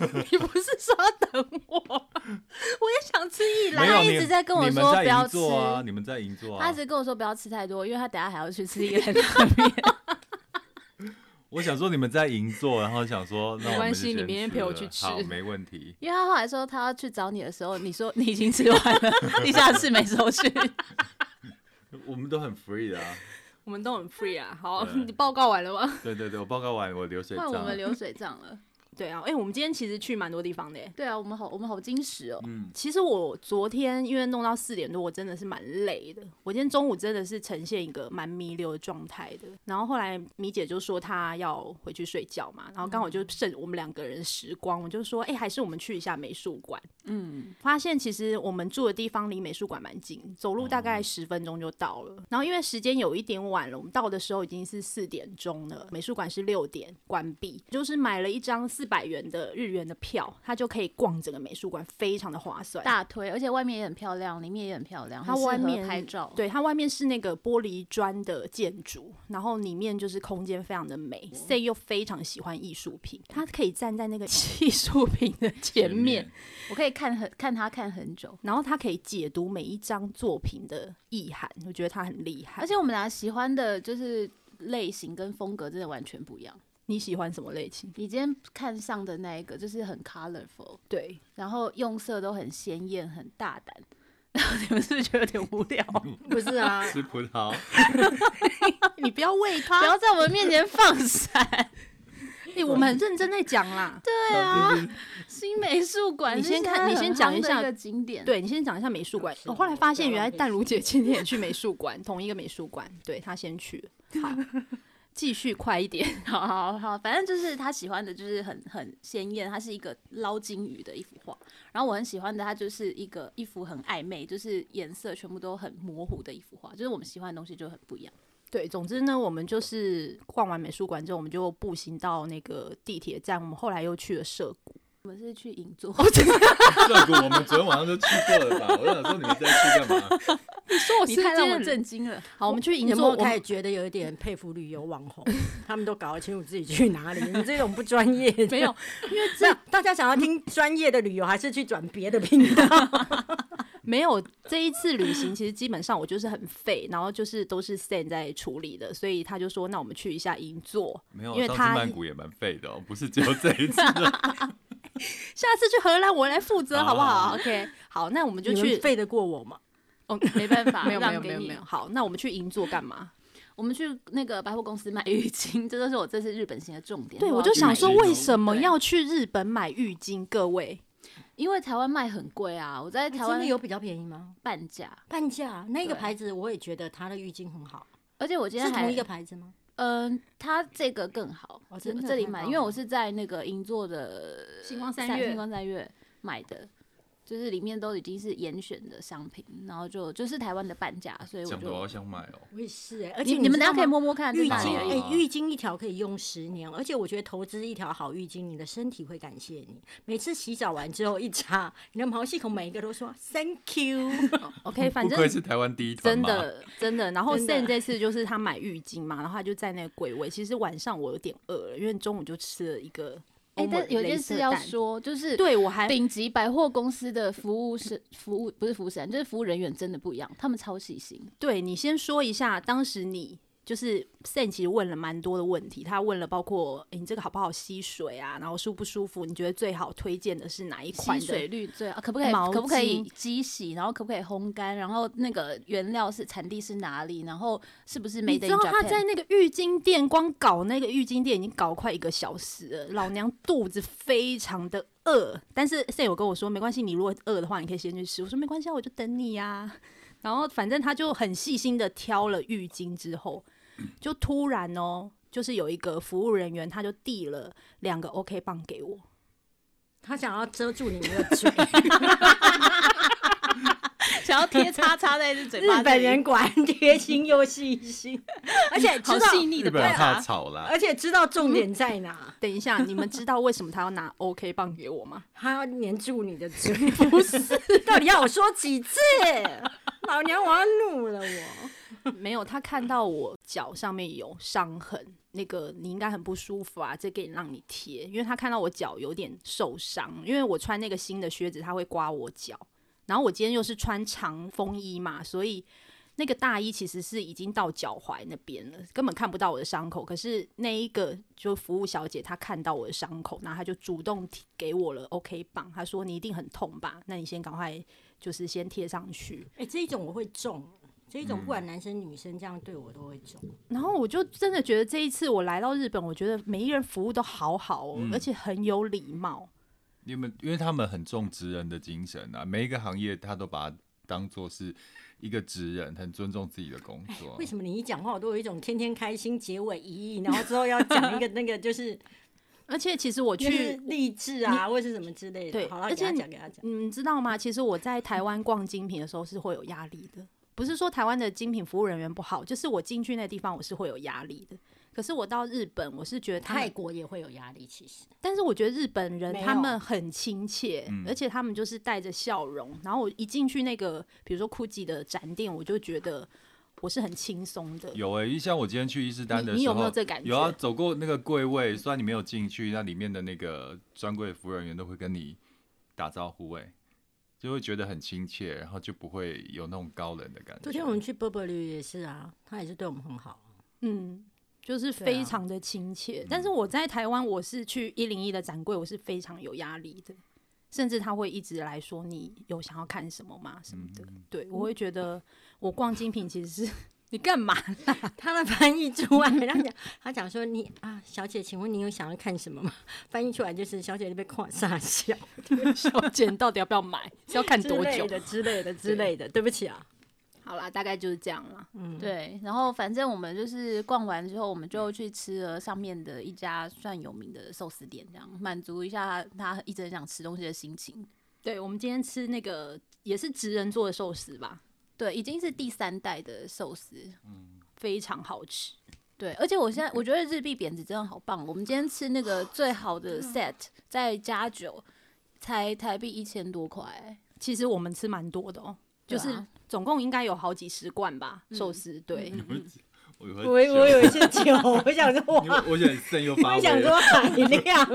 [SPEAKER 1] 你不是说要等我？我也想吃一
[SPEAKER 3] 没
[SPEAKER 1] 兰。
[SPEAKER 3] 有
[SPEAKER 4] 他一
[SPEAKER 3] 你
[SPEAKER 4] 直在跟我
[SPEAKER 3] 你们
[SPEAKER 4] 说
[SPEAKER 3] 在
[SPEAKER 4] 不要
[SPEAKER 3] 银座啊，
[SPEAKER 4] 吃
[SPEAKER 3] 你们在银座
[SPEAKER 4] 他
[SPEAKER 3] 啊
[SPEAKER 4] 一。直跟我说不要吃太多，因为他等下还要去吃一 个拉面。
[SPEAKER 3] 我想说你们在银座，然后想说那我
[SPEAKER 1] 没关
[SPEAKER 3] 们就
[SPEAKER 1] 系你
[SPEAKER 3] 先
[SPEAKER 1] 明天陪我
[SPEAKER 3] 了
[SPEAKER 1] 去吃
[SPEAKER 3] 好，没问题。
[SPEAKER 4] 因为他后来说他要去找你的时候，你说你已经吃完 了，你下次没收去。
[SPEAKER 3] 我们都很 free 的啊。
[SPEAKER 1] 我们都很 free 啊。好，
[SPEAKER 3] 对
[SPEAKER 1] 你报告完了吗？
[SPEAKER 3] 对对对，我报告完我流水
[SPEAKER 4] 换我
[SPEAKER 3] 账
[SPEAKER 4] 们。流水账了。
[SPEAKER 1] 对啊，哎、我们今天其实去蛮多地方的耶。
[SPEAKER 4] 对啊，我们好，我们好矜持哦。
[SPEAKER 3] 嗯，
[SPEAKER 1] 其实我昨天因为弄到四点多，我真的是蛮累的。我今天中午真的是呈现一个蛮弥留的状态的。然后后来米姐就说她要回去睡觉嘛，然后刚好就剩我们两个人时光，我就说，哎、还是我们去一下美术馆。
[SPEAKER 4] 嗯，
[SPEAKER 1] 发现其实我们住的地方离美术馆蛮近，走路大概十分钟就到了。然后因为时间有一点晚了，我们到的时候已经是四点钟了，美术馆是六点关闭。就是买了一张四百元的日元的票，它就可以逛整个美术馆，非常的划算。
[SPEAKER 4] 大推，而且外面也很漂亮，里面也很漂亮，
[SPEAKER 1] 它
[SPEAKER 4] 很适合
[SPEAKER 1] 外面
[SPEAKER 4] 拍照。，
[SPEAKER 1] 对，它外面是那个玻璃砖的建筑，然后里面就是空间非常的美。C 又非常喜欢艺术品，他可以站在那个 艺术品的前面，
[SPEAKER 4] 我可以看很看他看很久。
[SPEAKER 1] 然后他可以解读每一张作品的意涵，我觉得他很厉害。
[SPEAKER 4] 而且我们俩喜欢的就是类型跟风格真的完全不一样。
[SPEAKER 1] 你喜欢什么类型？
[SPEAKER 4] 你今天看上的那一个就是很 colorful，
[SPEAKER 1] 对，
[SPEAKER 4] 然后用色都很鲜艳、很大胆。你们是不是觉得有点无聊？
[SPEAKER 1] 嗯
[SPEAKER 2] 不是啊，
[SPEAKER 3] 吃葡萄。
[SPEAKER 1] 你不要喂他
[SPEAKER 4] 不，要在我们面前放闪！
[SPEAKER 1] 哎、我们很认真在讲啦。
[SPEAKER 4] 对啊，新美术馆
[SPEAKER 1] 你
[SPEAKER 4] 是
[SPEAKER 1] 先
[SPEAKER 4] 现
[SPEAKER 1] 看
[SPEAKER 4] 在
[SPEAKER 1] 你
[SPEAKER 4] 很
[SPEAKER 1] 先讲
[SPEAKER 4] 夯
[SPEAKER 1] 一
[SPEAKER 4] 的
[SPEAKER 1] 下
[SPEAKER 4] 个景点。，
[SPEAKER 1] 对你先讲一下美术馆。
[SPEAKER 2] 是
[SPEAKER 1] 我后来
[SPEAKER 2] 我
[SPEAKER 1] 发
[SPEAKER 2] 不
[SPEAKER 1] 现，
[SPEAKER 2] 要
[SPEAKER 1] 原来
[SPEAKER 2] 浪费
[SPEAKER 1] 淡如
[SPEAKER 2] 时
[SPEAKER 1] 姐今天也去美术馆，同一个美术馆，对她先去了。好，继续快一点。
[SPEAKER 4] 好 好好，反正就是他喜欢的，就是很很鲜艳，它是一个捞金鱼的一幅画。然后我很喜欢的，它就是一个一幅很暧昧，就是颜色全部都很模糊的一幅画，就是我们喜欢的东西就很不一样。
[SPEAKER 1] 对，总之呢，我们就是逛完美术馆之后，我们就步行到那个地铁站。我们后来又去了涩 谷，
[SPEAKER 4] 我们是去银座，
[SPEAKER 3] 涩谷我们昨天晚上都去过了吧？我想说你们在去干嘛？
[SPEAKER 1] 说我
[SPEAKER 4] 你太让我震惊 了。
[SPEAKER 1] 好，我们去银
[SPEAKER 2] 有没
[SPEAKER 1] 座，
[SPEAKER 2] 有
[SPEAKER 1] 我
[SPEAKER 2] 开
[SPEAKER 1] 们
[SPEAKER 2] 始觉得有一点佩服旅游网红？ 他们都搞得清楚自己去 哪里，你们这种不专业的。
[SPEAKER 1] 没 有，
[SPEAKER 2] 因为这大家想要听专业的旅游，还是去转别的频 道？
[SPEAKER 1] 没有这一次旅行，其实基本上我就是很废，然后就是都是 Stan 在处理的，所以他就说，那我们去一下银座，
[SPEAKER 3] 没有，
[SPEAKER 1] 因为
[SPEAKER 3] 上次
[SPEAKER 1] 他
[SPEAKER 3] 曼谷也蛮废的哦，不是只有这 一次。
[SPEAKER 1] 下次去荷兰我来负责，
[SPEAKER 3] 好
[SPEAKER 1] 好不
[SPEAKER 3] 好
[SPEAKER 1] 好
[SPEAKER 3] 好
[SPEAKER 1] ？OK，好，那我们就
[SPEAKER 2] 你们
[SPEAKER 1] 去。
[SPEAKER 2] 背得过我吗？
[SPEAKER 4] 哦，没办法，
[SPEAKER 1] 没有没有
[SPEAKER 4] 让给
[SPEAKER 1] 没有
[SPEAKER 4] 你
[SPEAKER 1] 没有，。好，那我们去银座啊干嘛？
[SPEAKER 4] 我们去那个百货公司买浴巾，这都是我这次日本行的重点。
[SPEAKER 1] 对，
[SPEAKER 4] 我
[SPEAKER 1] 我
[SPEAKER 4] 要
[SPEAKER 1] 就
[SPEAKER 4] 去
[SPEAKER 1] 想
[SPEAKER 4] 买
[SPEAKER 1] 说，
[SPEAKER 4] 浴巾
[SPEAKER 1] 为什么
[SPEAKER 4] 对
[SPEAKER 1] 要去日本买浴巾？各位，
[SPEAKER 4] 因为台湾卖很贵啊，我
[SPEAKER 1] 哎
[SPEAKER 4] 在台
[SPEAKER 2] 哎真的
[SPEAKER 4] 湾
[SPEAKER 2] 有比较便宜吗？
[SPEAKER 4] 半价，
[SPEAKER 2] 半价那个
[SPEAKER 4] 对
[SPEAKER 2] 牌子，我也觉得它的浴巾很好，
[SPEAKER 4] 而且我今
[SPEAKER 2] 是
[SPEAKER 4] 天还
[SPEAKER 2] 同一个牌子吗？
[SPEAKER 4] 嗯，它这个更好，
[SPEAKER 2] 哦
[SPEAKER 4] 这
[SPEAKER 2] 真的
[SPEAKER 4] 这里
[SPEAKER 2] 太
[SPEAKER 4] 买，
[SPEAKER 2] 棒
[SPEAKER 4] 因为
[SPEAKER 2] 了
[SPEAKER 4] 我是在那个银座的
[SPEAKER 1] 星光
[SPEAKER 4] 星光三月买的。就是里面都已经是严选的商品，然后就就是台湾的半价，所以我
[SPEAKER 3] 讲的我好
[SPEAKER 4] 就
[SPEAKER 3] 想买哦。
[SPEAKER 2] 我也是哎、而且
[SPEAKER 4] 你你们
[SPEAKER 2] 知
[SPEAKER 4] 大
[SPEAKER 2] 道
[SPEAKER 4] 家可以
[SPEAKER 2] 吗
[SPEAKER 4] 摸摸看，
[SPEAKER 2] 浴
[SPEAKER 4] 在哪
[SPEAKER 2] 巾
[SPEAKER 4] 里而
[SPEAKER 2] 哎、
[SPEAKER 4] 已
[SPEAKER 3] 啊
[SPEAKER 2] 浴巾一条可以用十年，而且我觉得投资一条好浴巾，你的身体会感谢你。每次洗澡完之后一擦，你的毛细孔每一个都说 Thank you。
[SPEAKER 1] OK，反
[SPEAKER 3] 不愧
[SPEAKER 1] 正
[SPEAKER 3] 是台湾第一团
[SPEAKER 1] 真
[SPEAKER 3] 嘛，
[SPEAKER 1] 的真的。然后
[SPEAKER 2] 真的
[SPEAKER 1] Sam 这次就是他买浴巾嘛，然后他就在那个柜位。其实晚上我有点饿了，因为中午就吃了一个
[SPEAKER 4] 哎
[SPEAKER 1] 欧，盟
[SPEAKER 4] 但有
[SPEAKER 1] 的
[SPEAKER 4] 件
[SPEAKER 1] 镭
[SPEAKER 4] 事
[SPEAKER 1] 射
[SPEAKER 4] 要
[SPEAKER 1] 蛋，
[SPEAKER 4] 说，就是
[SPEAKER 1] 对我还
[SPEAKER 4] 顶级百货公司的服务是服务不是服务生，就是服务人员真的不一样，他们超细心。
[SPEAKER 1] 对你先说一下，当时你就是 Sam 其实问了蛮多的问题，他问了包括、诶你这个好不好吸水啊，然后舒不舒服，你觉得最好推荐的是哪一款
[SPEAKER 4] 吸
[SPEAKER 1] 的
[SPEAKER 4] 水率最好，啊可不可以
[SPEAKER 1] 毛
[SPEAKER 4] 可不可以
[SPEAKER 1] 巾
[SPEAKER 4] 机洗，然后可不可以烘干，然后那个原料是产地是哪里，然后是不是
[SPEAKER 1] 你
[SPEAKER 4] made in
[SPEAKER 1] 知道他
[SPEAKER 4] Japan
[SPEAKER 1] 在 那个浴巾店光搞那个浴巾店已经搞快一个小时了，老娘肚子非常的饿。但是 Sam 有跟我说，没关系，你如果饿的话，你可以先去吃。我说没关系，啊，我就等你呀、然后反正他就很细心的挑了浴巾之后，就突然哦，就是有一个服务人员他就递了两个 OK 棒给我，
[SPEAKER 2] 他想要遮住你们的嘴，
[SPEAKER 4] 想要贴叉叉在这嘴
[SPEAKER 2] 日
[SPEAKER 4] 巴这里，
[SPEAKER 2] 本人果然贴心又细心，而且知
[SPEAKER 4] 好
[SPEAKER 2] 道，
[SPEAKER 4] 细腻
[SPEAKER 3] 日
[SPEAKER 4] 的啊
[SPEAKER 3] 本人
[SPEAKER 4] 表
[SPEAKER 1] 啊
[SPEAKER 3] 怕
[SPEAKER 4] 达。
[SPEAKER 3] 吵啦。
[SPEAKER 2] 而且知道重点在哪，
[SPEAKER 1] 等一下，你们知道为什么他要拿 OK 棒给我吗？
[SPEAKER 2] 他要黏住你的 嘴，不是？到底要我说几次？老娘我要怒了我！
[SPEAKER 1] 没有，他看到我脚上面有伤痕，那个你应该很不舒服啊，这可以让你贴，因为他看到我脚有点受伤，因为我穿那个新的靴子，他会刮我脚，然后我今天又是穿长风衣嘛，所以那个大衣其实是已经到脚踝那边了，根本看不到我的伤口。可是那一个就服务小姐她看到我的伤口，然后她就主动提给我了 OK 棒，她说你一定很痛吧，那你先赶快就是先贴上去。
[SPEAKER 2] 哎、这一种我会中，这一种不管男生女生这样对我都会中。
[SPEAKER 1] 然后我就真的觉得这一次我来到日本，我觉得每一个人服务都好好哦，
[SPEAKER 3] 嗯
[SPEAKER 1] 而且很有礼貌。
[SPEAKER 3] 你们因为他们很重职人的精神啊，每一个行业他都把它当做是一个职人，很尊重自己的工作啊
[SPEAKER 2] 为。什么你一讲话，我都有一种天天开心，结尾一亿，然后之后要讲一个那个就是
[SPEAKER 1] 而且其实我
[SPEAKER 2] 就是
[SPEAKER 1] 去，
[SPEAKER 2] 励志啊，或是什么之类的。
[SPEAKER 1] 对
[SPEAKER 2] 好了，
[SPEAKER 1] 而
[SPEAKER 2] 给
[SPEAKER 1] 且
[SPEAKER 2] 他
[SPEAKER 1] 你
[SPEAKER 2] 讲，给他讲。
[SPEAKER 1] 你们嗯知道吗？其实我在台湾逛精品的时候是会有压力的，不是说台湾的精品服务人员不好，就是我进去那地方我是会有压力的。可是我到日本，我是觉得他
[SPEAKER 2] 泰
[SPEAKER 1] 们，
[SPEAKER 2] 国也会有压力，其实
[SPEAKER 1] 但是我觉得日本人
[SPEAKER 2] 没有
[SPEAKER 1] 他们很亲切，
[SPEAKER 3] 嗯
[SPEAKER 1] 而且他们就是带着笑容。然后我一进去那个，比如说 GUCCI 的展店，我就觉得我是很轻松的。
[SPEAKER 3] 有哎、像我今天去伊势丹
[SPEAKER 1] 你
[SPEAKER 3] 的时候，
[SPEAKER 1] 你有没有这感觉？
[SPEAKER 3] 有啊，走过那个柜位，虽然你没有进去，那里面的那个专柜服务人员都会跟你打招呼、欸，就会觉得很亲切，然后就不会有那种高冷的感觉。
[SPEAKER 2] 昨天我们去波波驴也是啊，他也是对我们很好。
[SPEAKER 1] 嗯，就是
[SPEAKER 2] 对
[SPEAKER 1] 非
[SPEAKER 2] 啊嗯
[SPEAKER 1] 常的亲切。但是我在台湾，我是去一零一的展柜，我是非常有压力的，甚至他会一直来说你有想要看什么吗？什么的。
[SPEAKER 2] 嗯
[SPEAKER 1] 对我会觉得我逛精品其实是你干嘛？
[SPEAKER 2] 他的翻译之外，他讲 他讲说你啊，小姐，请问你有想要看什么吗？ 翻译出来就是小姐就被夸傻 笑
[SPEAKER 1] 小姐你到底要不要买？是要看
[SPEAKER 2] 之
[SPEAKER 1] 多
[SPEAKER 2] 类
[SPEAKER 1] 久？
[SPEAKER 2] 的之类的之类的。对不起啊，
[SPEAKER 1] 好啦，大概就是这样啦。
[SPEAKER 2] 嗯，
[SPEAKER 4] 对，然后反正我们就是逛完之后，我们就去吃了上面的一家算有名的寿司店，这样满足一下他一直很想吃东西的心情。
[SPEAKER 1] 对，我们今天吃那个也是职人做的寿司吧，
[SPEAKER 4] 对，已经是第三代的寿司，
[SPEAKER 1] 非常好吃。
[SPEAKER 4] 对，而且我现在我觉得日币贬值真的好棒。哦我们今天吃那个最好
[SPEAKER 1] 嗯
[SPEAKER 4] 的 set，再加酒，才台币一千多块、
[SPEAKER 1] 其实我们吃蛮多的哦、就
[SPEAKER 4] 对
[SPEAKER 1] 是
[SPEAKER 4] 啊
[SPEAKER 1] 总共应该有好几十罐吧，
[SPEAKER 2] 嗯
[SPEAKER 1] 寿司。对，
[SPEAKER 3] 我有喝
[SPEAKER 2] 我我有一些酒，我想说
[SPEAKER 3] 因
[SPEAKER 2] 哇
[SPEAKER 3] 为。我想肾又发
[SPEAKER 2] 我
[SPEAKER 3] 威
[SPEAKER 2] 想
[SPEAKER 3] 了，
[SPEAKER 2] 说海量，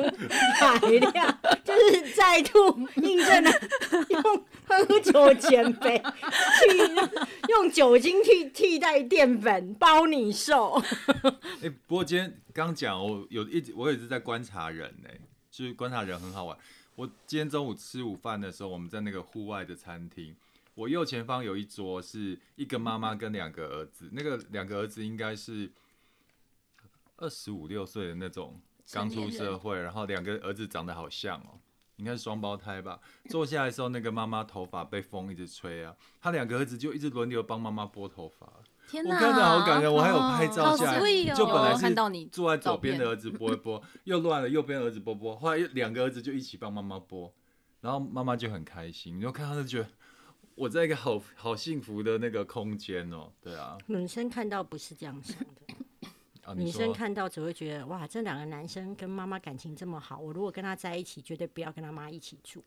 [SPEAKER 2] 海量就是再度印证了用喝酒减肥，去用酒精去替代淀粉，包你瘦。
[SPEAKER 3] 哎、不过今天刚讲，我有一直我也是在观察人呢、就是观察人很好玩。我今天中午吃午饭的时候，我们在那个户外的餐厅，我右前方有一桌是一个妈妈跟两个儿子，那个两个儿子应该是二十五六岁的那种，
[SPEAKER 4] 成
[SPEAKER 3] 刚
[SPEAKER 4] 年
[SPEAKER 3] 出社
[SPEAKER 4] 人
[SPEAKER 3] 会，然后两个儿子长得好像哦、应该是双胞胎吧。坐下来的时候，那个妈妈头发被风一直吹啊，他两个儿子就一直轮流帮妈妈拨头发。
[SPEAKER 4] 天
[SPEAKER 3] 我
[SPEAKER 4] 哪，
[SPEAKER 3] 看到好感人，我还有
[SPEAKER 1] 哦
[SPEAKER 3] 拍照
[SPEAKER 4] 好
[SPEAKER 3] 下来，
[SPEAKER 4] sweet 哦
[SPEAKER 3] 就本来
[SPEAKER 1] 有
[SPEAKER 3] 是
[SPEAKER 1] 看到你
[SPEAKER 3] 坐在左边的
[SPEAKER 4] 照片
[SPEAKER 3] 儿子拨一拨，又乱了右边儿子拨拨，后来又两个儿子就一起帮妈妈拨，然后妈妈就很开心，你就看她就觉得我在一个好好幸福的那个空间哦，对啊，
[SPEAKER 2] 女生看到不是这样想的，
[SPEAKER 3] 啊，
[SPEAKER 2] 女
[SPEAKER 3] 你
[SPEAKER 2] 生
[SPEAKER 3] 说
[SPEAKER 2] 看到只会觉得哇，这两个男生跟妈妈感情这么好，我如果跟他在一起，绝对不要跟他妈一起住。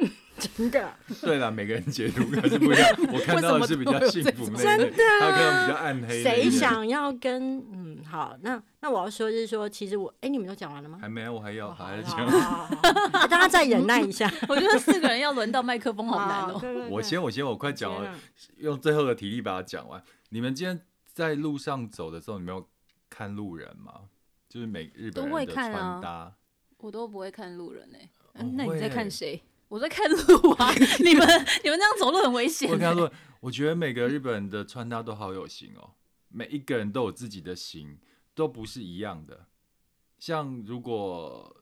[SPEAKER 2] 真的，
[SPEAKER 3] 对啦，每个人解读还是不一 样，我看到的是比较幸福那一类，他看到比较暗 黑那一
[SPEAKER 2] 谁
[SPEAKER 3] 类。
[SPEAKER 2] 想要跟嗯好？那那我要说就是说，其实我哎、你们都讲完了吗？哦
[SPEAKER 3] 还没，我还要，
[SPEAKER 2] 好
[SPEAKER 3] 还在
[SPEAKER 2] 好
[SPEAKER 3] 讲。
[SPEAKER 2] 好好 好大家再忍耐一下，
[SPEAKER 4] 我觉得四个人要轮到麦克风 好难哦。
[SPEAKER 2] 对 对对
[SPEAKER 3] 我先，我先，我快讲
[SPEAKER 2] 天
[SPEAKER 3] 完，
[SPEAKER 2] 啊
[SPEAKER 3] 用最后的体力把它讲完。你们今天在路上走的时候，你没有看路人吗？就是每日本
[SPEAKER 1] 都会
[SPEAKER 3] 人的
[SPEAKER 1] 看
[SPEAKER 3] 穿
[SPEAKER 1] 啊
[SPEAKER 3] 搭，哦
[SPEAKER 4] 我都不会看路人哎、
[SPEAKER 1] 嗯那你在看谁？
[SPEAKER 4] 我在看路啊！你们你们这样走路很危险欸
[SPEAKER 3] 我跟他说，我觉得每个日本人的穿搭都好有型哦，每一个人都有自己的型，都不是一样的。像如果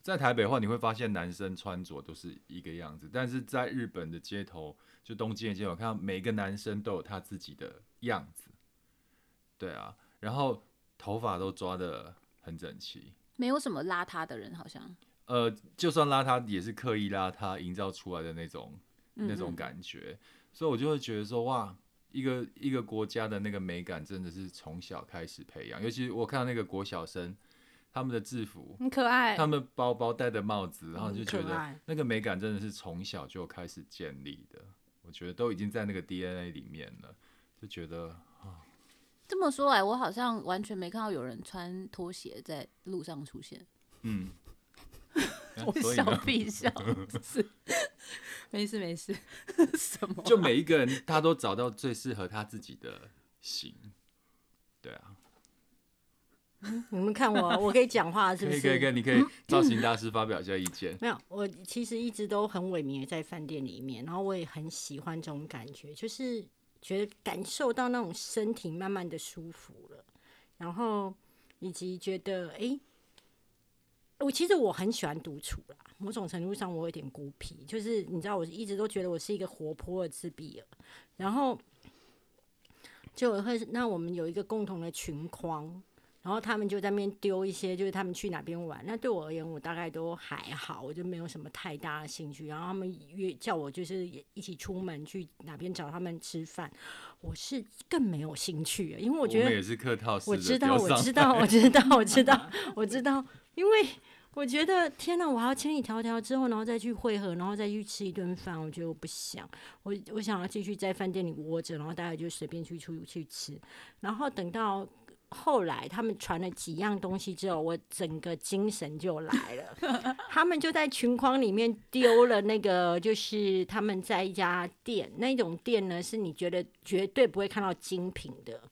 [SPEAKER 3] 在台北的话，你会发现男生穿着都是一个样子，但是在日本的街头，就东京的街头，看到每个男生都有他自己的样子。对啊，然后头发都抓的很整齐，
[SPEAKER 4] 没有什么邋遢的人，好像
[SPEAKER 3] 呃，就算邋遢也是刻意邋遢营造出来的那种
[SPEAKER 2] 嗯
[SPEAKER 3] 那种感觉，所以我就会觉得说，哇，一个一个国家的那个美感真的是从小开始培养，尤其我看到那个国小生他们的制服、
[SPEAKER 1] 很可爱
[SPEAKER 3] 他。们包包戴的帽子，然后
[SPEAKER 2] 嗯
[SPEAKER 3] 就觉
[SPEAKER 2] 可
[SPEAKER 3] 得
[SPEAKER 2] 爱
[SPEAKER 3] 那个美感真的是从小就开始建立的，我觉得都已经在那个 DNA 里面了，就觉得
[SPEAKER 4] 这么说来，我好像完全没看到有人穿拖鞋在路上出现。
[SPEAKER 3] 嗯，啊
[SPEAKER 1] 我
[SPEAKER 3] 所以
[SPEAKER 1] 笑
[SPEAKER 3] 呢
[SPEAKER 1] 必笑，是没事没事，什么？
[SPEAKER 3] 就每一个人他都找到最适合他自己的型，对啊。
[SPEAKER 2] 你们看我，我可以讲话是不嗯
[SPEAKER 3] 可以
[SPEAKER 2] 是？
[SPEAKER 3] 可以可以，你可以造型大师发表一下意见。
[SPEAKER 2] 没有，我其实一直都很萎靡在饭店里面，然后我也很喜欢这种感觉，就是觉得感受到那种身体慢慢的舒服了，然后以及觉得诶，我其实我很喜欢独处啦，某种程度上我有点孤僻，就是你知道，我一直都觉得我是一个活泼的自闭儿，然后就我会那我们有一个共同的群框，然后他们就在那边丢一些，就是他们去哪边玩。那对我而言，我大概都还好，我就没有什么太大的兴趣。然后他们约叫我就是也一起出门去哪边找他们吃饭，我是更没有兴趣的，因为我
[SPEAKER 3] 我
[SPEAKER 2] 觉
[SPEAKER 3] 们
[SPEAKER 2] 得
[SPEAKER 3] 也是客套式
[SPEAKER 2] 我
[SPEAKER 3] 的
[SPEAKER 2] 知
[SPEAKER 3] 丢
[SPEAKER 2] 道，
[SPEAKER 3] 上，
[SPEAKER 2] 我知道， 我知道，我知 道，我知道，因为我觉得天哪，我还要千里迢迢之后，然后再去汇合，然后再去吃一顿饭，我觉得我不想，我我想要继续在饭店里窝着，然后大家就随便去出去吃，然后等到。后来他们传了几样东西之后，我整个精神就来了。 他们就在群框里面丢了那个，就是他们在一家店，那种店呢是你觉得绝对不会看到精品的，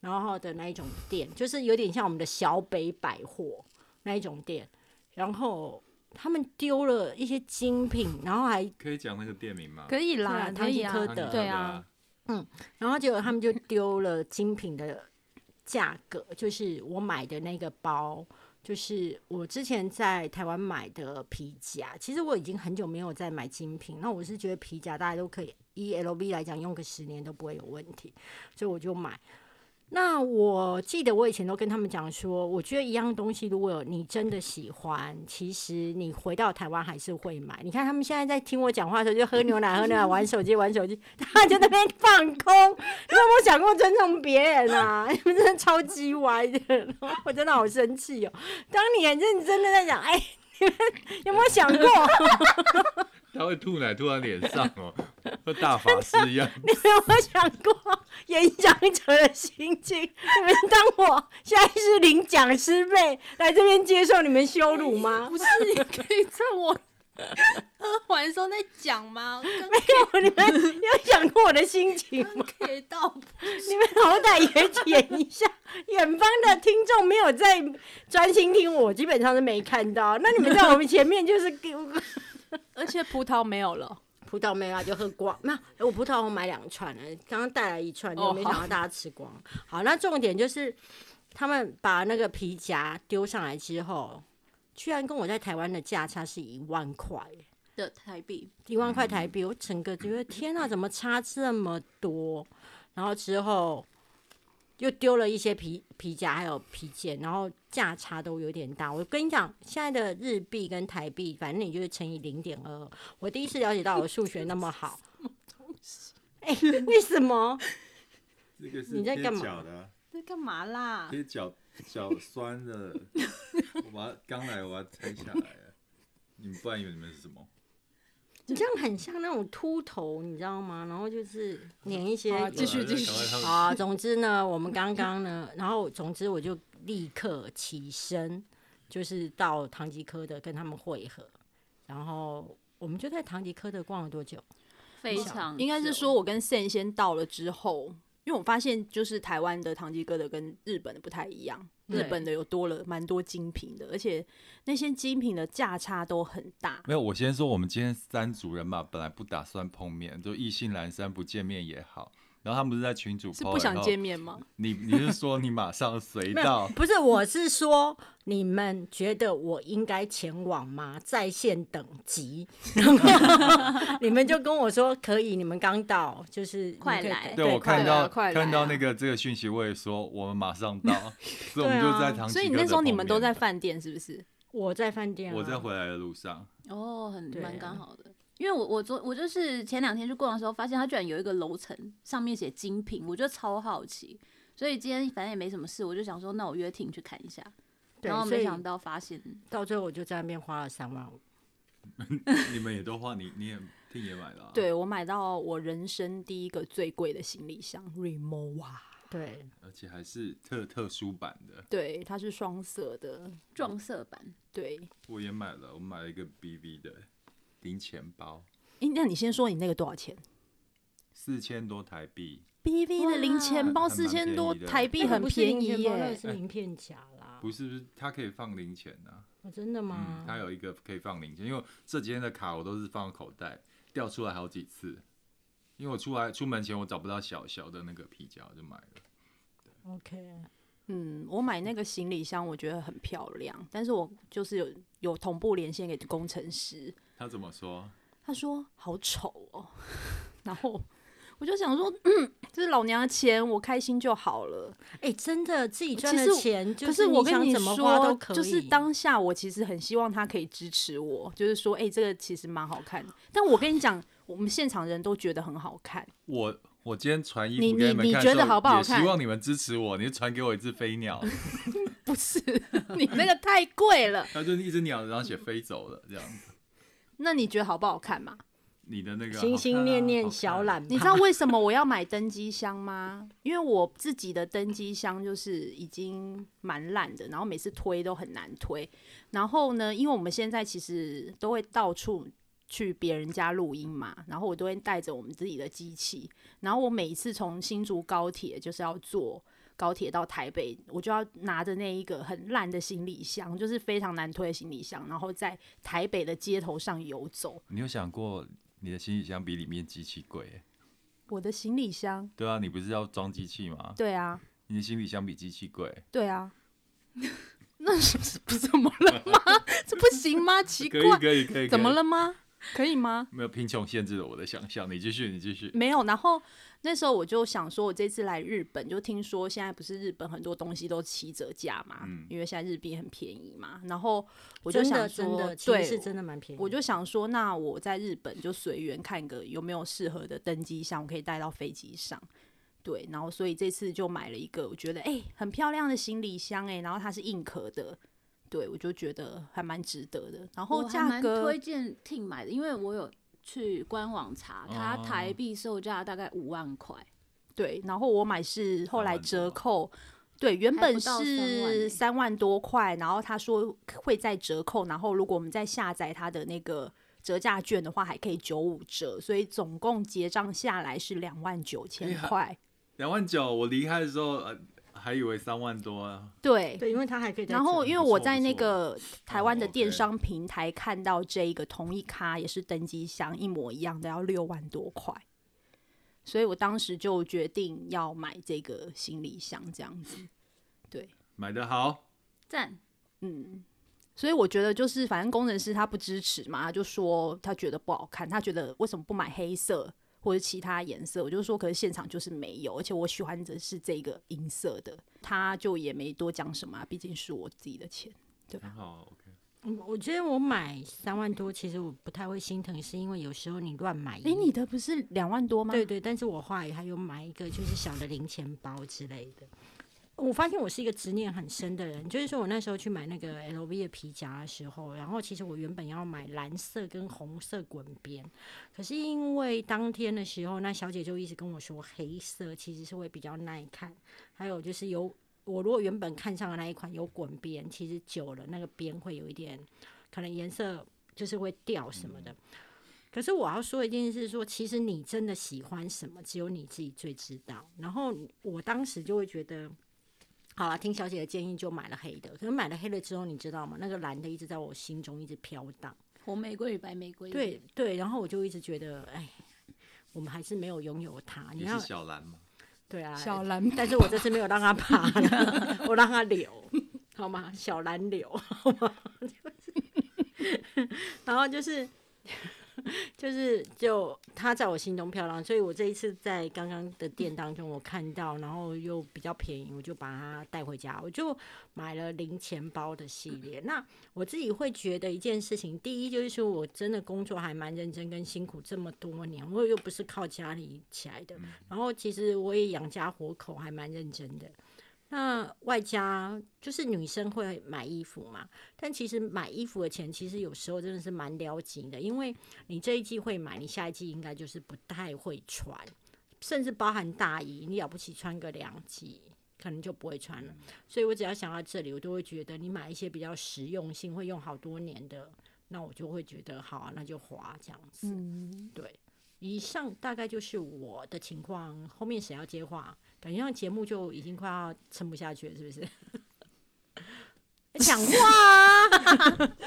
[SPEAKER 2] 然后的那一种店，就是有点像我们的小北百货那一种店。然后他们丢了一些精品，然后还
[SPEAKER 3] 可以讲那个店名吗？
[SPEAKER 1] 可以
[SPEAKER 2] 对
[SPEAKER 1] 啦
[SPEAKER 2] 啊，
[SPEAKER 1] 可以
[SPEAKER 2] 唐吉
[SPEAKER 1] 啊
[SPEAKER 2] 诃，
[SPEAKER 3] 啊
[SPEAKER 2] 德
[SPEAKER 1] 对啊，
[SPEAKER 2] 然后结果他们就丢了精品的价格，就是我买的那个包，就是我之前在台湾买的皮夹。其实我已经很久没有再买精品，那我是觉得皮夹大家都可以，以 LV 来讲用个十年都不会有问题，所以我就买。那我记得我以前都跟他们讲说，我觉得一样东西，如果你真的喜欢，其实你回到台湾还是会买。你看他们现在在听我讲话的时候，就喝牛奶、喝牛奶、玩手机、玩手机， 他就在那边放空，你有没有想过尊重别人啊？ 你们真的超级歪的， 我真的好生气哦！当你很认真的在讲，哎、 你们有没有想过？
[SPEAKER 3] 他会吐奶吐到脸上哦，和大法师 一样。
[SPEAKER 2] 你们有没有想过演讲者的心情？你们当我现在是领讲师费来这边接受你们羞辱 吗？
[SPEAKER 1] 不是你可以在我喝完的时候再讲吗？
[SPEAKER 2] 你们有想过我的心情吗？
[SPEAKER 1] 刚可以到
[SPEAKER 2] 你们好歹也演一下，远方的听众没有在专心听我，基本上是没看到。那你们在我们前面就是给我
[SPEAKER 1] 而且葡萄没有了，
[SPEAKER 2] 葡萄没有啊，就喝光。那哎我葡萄我买两串了，刚刚带来一串，就
[SPEAKER 1] 哦
[SPEAKER 2] 没想到大家吃光。好，那重点就是他们把那个皮夹丢上来之后，居然跟我在台湾的价差是一万块，
[SPEAKER 4] 的台币，
[SPEAKER 2] 一万块台币，我整个觉得天啊，怎么差这么多？然后之后又丢了一些皮皮夹还有皮件，然后价差都有点大。我跟你讲，现在的日币跟台币，反正你就是乘以零点二二。我第一次了解到我数学那 么好，哎、为什么？
[SPEAKER 3] 这个
[SPEAKER 2] 你在干嘛啊
[SPEAKER 3] 的啊，
[SPEAKER 4] 在干嘛啦？
[SPEAKER 3] 贴脚脚酸 的，我把它刚来我把它拆下来了。你们不然以为你们是什 么？
[SPEAKER 2] 你这样很像那种秃头，你知道吗？然后就是粘一些
[SPEAKER 1] 好继续
[SPEAKER 3] 好
[SPEAKER 1] 继续
[SPEAKER 3] 赶快他们
[SPEAKER 2] 啊，总之呢，我们刚刚呢，然后总之我就立刻起身，就是到唐吉诃德跟他们会合，然后我们就在唐吉诃德逛了多久？
[SPEAKER 4] 非常
[SPEAKER 1] 应该是
[SPEAKER 4] 久
[SPEAKER 1] 说，我跟 Sen 先到了之后，因为我发现就是台湾的唐吉诃德跟日本的不太一样，
[SPEAKER 4] 对
[SPEAKER 1] 日本的有多了蛮多精品的，而且那些精品的价差都很大。
[SPEAKER 3] 没有，我先说，我们今天三组人嘛，本来不打算碰面，就意兴阑珊，不见面也好。然后他们不是在群主
[SPEAKER 1] 是
[SPEAKER 3] po
[SPEAKER 1] 不想
[SPEAKER 3] 然后
[SPEAKER 1] 见面吗？
[SPEAKER 3] 你，你是说你马上随
[SPEAKER 2] 没有
[SPEAKER 3] 到，？
[SPEAKER 2] 不是，我是说你们觉得我应该前往吗？在线等级， 然后你们就跟我说可以，你们刚到，就是你
[SPEAKER 4] 快
[SPEAKER 2] 可以
[SPEAKER 4] 来
[SPEAKER 2] 等
[SPEAKER 3] 对我
[SPEAKER 1] 快
[SPEAKER 3] 看
[SPEAKER 1] 来
[SPEAKER 3] 到
[SPEAKER 1] 啊快来
[SPEAKER 3] 看到那
[SPEAKER 1] 啊
[SPEAKER 3] 个这个讯息，我也说我们马上到， 所以我
[SPEAKER 2] 对
[SPEAKER 3] 们就
[SPEAKER 2] 啊
[SPEAKER 3] 在堂。
[SPEAKER 1] 所以你那时候你们都在，饭店是不是？
[SPEAKER 2] 我在饭店、啊，
[SPEAKER 3] 我在回来的路上，
[SPEAKER 4] 哦，很
[SPEAKER 2] 对啊
[SPEAKER 4] 蛮刚好的。因为我我昨我就是前两天去逛的时候，发现它居然有一个楼层上面写精品，我就超好奇。所以今天反正也没什么事，我就想说，那我约婷去看一下。
[SPEAKER 2] 对，
[SPEAKER 4] 然后
[SPEAKER 2] 所
[SPEAKER 4] 没
[SPEAKER 2] 以
[SPEAKER 4] 想到发现，
[SPEAKER 2] 到最后我就在那边花了三万五。
[SPEAKER 3] 你们也都花，你你也听也买了、啊，，
[SPEAKER 1] 对我买到我人生第一个最贵的行李箱 Remova，
[SPEAKER 2] 对，
[SPEAKER 3] 而且还是特特殊版的，
[SPEAKER 1] 对，它是双色的，
[SPEAKER 4] 撞色版，
[SPEAKER 1] 对。
[SPEAKER 3] 我也买了，我买了一个 BV 的零钱包，
[SPEAKER 1] 诶，那你先说你那个多少钱
[SPEAKER 3] 四千多台币，
[SPEAKER 1] ？B V 的零钱包
[SPEAKER 3] 哇
[SPEAKER 1] 四千多
[SPEAKER 3] 还蛮便宜的
[SPEAKER 1] 台币，
[SPEAKER 2] 那个
[SPEAKER 1] 很
[SPEAKER 2] 不是
[SPEAKER 1] 便宜
[SPEAKER 2] 零钱包那个
[SPEAKER 1] 耶。
[SPEAKER 2] 是名片夹啦。
[SPEAKER 3] 哎不是不是，它可以放零钱呐、啊，
[SPEAKER 2] 哦，真的吗
[SPEAKER 3] 嗯，？它有一个可以放零钱，因为这几天的卡我都是放口袋，掉出来好几次。因为我出来出门前我找不到小小的那个皮夹，我就买了。
[SPEAKER 2] OK，
[SPEAKER 1] 嗯，我买那个行李箱，我觉得很漂亮，但是我就是有有同步连线给工程师，
[SPEAKER 3] 他怎么说？
[SPEAKER 1] 他说好丑哦， 然后我就想说，嗯，这是老娘的钱，我开心就好了。
[SPEAKER 2] 哎、真的自己赚
[SPEAKER 1] 其
[SPEAKER 2] 的
[SPEAKER 1] 实我
[SPEAKER 2] 钱，
[SPEAKER 1] 可
[SPEAKER 2] 就是
[SPEAKER 1] 我跟
[SPEAKER 2] 想
[SPEAKER 1] 你
[SPEAKER 2] 怎么花
[SPEAKER 1] 说
[SPEAKER 2] 都，可以。
[SPEAKER 1] 就是当下我其实很希望他可以支持我，就是说，哎、这个其实蛮好看的。但我跟你讲，我们现场人都觉得很好看，
[SPEAKER 3] 我我今天传衣
[SPEAKER 1] 你
[SPEAKER 3] 服给
[SPEAKER 1] 你
[SPEAKER 3] 们
[SPEAKER 1] 你
[SPEAKER 3] 看的
[SPEAKER 1] 觉
[SPEAKER 3] 时
[SPEAKER 1] 得
[SPEAKER 3] 候
[SPEAKER 1] 好不好
[SPEAKER 3] 也
[SPEAKER 1] 看
[SPEAKER 3] 希望你们支持我，你就传给我一只 飞鸟，
[SPEAKER 1] 不是你那个太贵了。
[SPEAKER 3] 它就是一只鸟，然后写飞走了这样子。
[SPEAKER 1] 那你觉得好不好看嘛？
[SPEAKER 3] 你的那个啊
[SPEAKER 2] 心心念念小
[SPEAKER 3] 懒，
[SPEAKER 2] 懒趴，
[SPEAKER 1] 你知道为什么我要买登机箱吗？因为我自己的登机箱就是已经蛮烂的，然后每次推都很难推。然后呢，因为我们现在其实都会到处去别人家录音嘛，然后我都会带着我们自己的机器。然后我每一次从新竹高铁就是要坐高铁到台北，我就要拿着那一个很烂的行李箱，就是非常难推的行李箱，然后在台北的街头上游走。
[SPEAKER 3] 你有想过你的行李箱比里面机器贵、欸？
[SPEAKER 1] 我的行李箱，
[SPEAKER 3] 对啊，你不是要装机器吗？
[SPEAKER 1] 对啊。
[SPEAKER 3] 你的行李箱比机器贵，
[SPEAKER 1] 对啊， 那是不怎么了吗？ 这不行 吗？奇怪
[SPEAKER 3] 可，以可以可以，
[SPEAKER 1] 怎么
[SPEAKER 3] 可以？
[SPEAKER 1] 了吗？可以吗？
[SPEAKER 3] 没有贫穷限制了我的想象，你继续你继续。
[SPEAKER 1] 没有。然后那时候我就想说，我这次来日本，就听说现在不是日本很多东西都七折价嘛，
[SPEAKER 3] 嗯
[SPEAKER 1] 因为现在日币很便宜嘛。然后我就
[SPEAKER 2] 真的
[SPEAKER 1] 想
[SPEAKER 2] 真
[SPEAKER 1] 说，
[SPEAKER 2] 的，其实
[SPEAKER 1] 对，
[SPEAKER 2] 是真的蛮便宜。
[SPEAKER 1] 我就想说，那我在日本就随缘看个有没有适合的登机箱，我可以带到飞机上。对，然后所以这次就买了一个，我觉得哎、诶很漂亮的行李箱哎、诶然后它是硬壳的，对我就觉得还蛮值得的。然
[SPEAKER 2] 哦
[SPEAKER 1] 后
[SPEAKER 4] 我还
[SPEAKER 1] 价
[SPEAKER 4] 蛮
[SPEAKER 1] 格
[SPEAKER 4] 推荐 Ting 买的，因为我有去官网查，它
[SPEAKER 3] 哦
[SPEAKER 4] 台币售价大概五万块，
[SPEAKER 1] 对，然后我买是后
[SPEAKER 3] 三
[SPEAKER 1] 来
[SPEAKER 3] 万多
[SPEAKER 1] 折
[SPEAKER 3] 吗
[SPEAKER 1] 扣，对，原
[SPEAKER 4] 还
[SPEAKER 1] 本
[SPEAKER 4] 不到三万
[SPEAKER 1] 是
[SPEAKER 4] 欸
[SPEAKER 1] 三万多块，然后他说会再折扣，然后如果我们再下载他的那个折价券的话，还可以九五折，所以总共结账下来是两万九千
[SPEAKER 3] 哎还
[SPEAKER 1] 块，
[SPEAKER 3] 两万九，我离开的时候、呃、还以为三万多啊。
[SPEAKER 1] 对。
[SPEAKER 2] 对，因为它还可以再折。
[SPEAKER 1] 然后，因为
[SPEAKER 3] 不
[SPEAKER 1] 我
[SPEAKER 3] 错
[SPEAKER 1] 在
[SPEAKER 3] 不
[SPEAKER 1] 那
[SPEAKER 3] 错
[SPEAKER 1] 个台湾的
[SPEAKER 3] 哦
[SPEAKER 1] 电
[SPEAKER 3] ，OK
[SPEAKER 1] 商平台看到这一个同一咖也是登机箱一模一样的，要六万多块，所以我当时就决定要买这个行李箱这样子。对，
[SPEAKER 3] 买的好，
[SPEAKER 4] 赞！
[SPEAKER 1] 嗯，所以我觉得就是，反正工程师他不支持嘛，他就说他觉得不好看，他觉得为什么不买黑色？或者其他颜色，我就说，可是现场就是没有，而且我喜欢的是这个银色的，他就也没多讲什么、啊，毕竟是我自己的钱。
[SPEAKER 3] 很好，OK。
[SPEAKER 2] 嗯我觉得我买三万多，其实我不太会心疼，是因为有时候哎你乱买。
[SPEAKER 1] 诶，你的不是两万多吗？
[SPEAKER 2] 对对，但是我后来还有买一个就是小的零钱包之类的。我发现我是一个执念很深的人，就是说我那时候去买那个 LV 的皮夹的时候，然后其实我原本要买蓝色跟红色滚边，可是因为当天的时候，那小姐就一直跟我说黑色其实是会比较耐看，还有就是有我如果原本看上的那一款有滚边，其实久了那个边会有一点可能颜色就是会掉什么的。可是我要说一件事说其实你真的喜欢什么，只有你自己最知道。然后我当时就会觉得，好了，听小姐的建议就买了黑的。可是买了黑的之后，你知道吗？那个蓝的一直在我心中一直飘荡。
[SPEAKER 4] 红玫瑰与白玫瑰，
[SPEAKER 2] 对对，然后我就一直觉得，哎，我们还是没有拥有它。你
[SPEAKER 3] 也
[SPEAKER 2] 要
[SPEAKER 3] 是小蓝吗？
[SPEAKER 2] 对啊，
[SPEAKER 1] 蓝
[SPEAKER 2] 但是我这次没有让它爬了， 我让它留，好吗？小蓝留，好吗？然后就是就是就它在我心中漂亮，所以我这一次在刚刚的店当中我看到，然后又比较便宜，我就把它带回家，我就买了零钱包的系列。那我自己会觉得一件事情，第一就是说我真的工作还蛮认真跟辛苦这么多年，我又不是靠家里起来的，然后其实我也养家活口，还蛮认真的。那外加就是女生会买衣服嘛，但其实买衣服的钱其实有时候真的是蛮撩紧的，因为你这一季会买，你下一季应该就是不太会穿，甚至包含大衣，你了不起穿个两季可能就不会穿了。所以我只要想到这里，我都会觉得你买一些比较实用性、会用好多年的，那我就会觉得好啊，那就花这样子。
[SPEAKER 1] 嗯，
[SPEAKER 2] 对，以上大概就是我的情况。后面谁要接话？感觉上节目就已经快要撑不下去了，是不是？ 讲话 啊！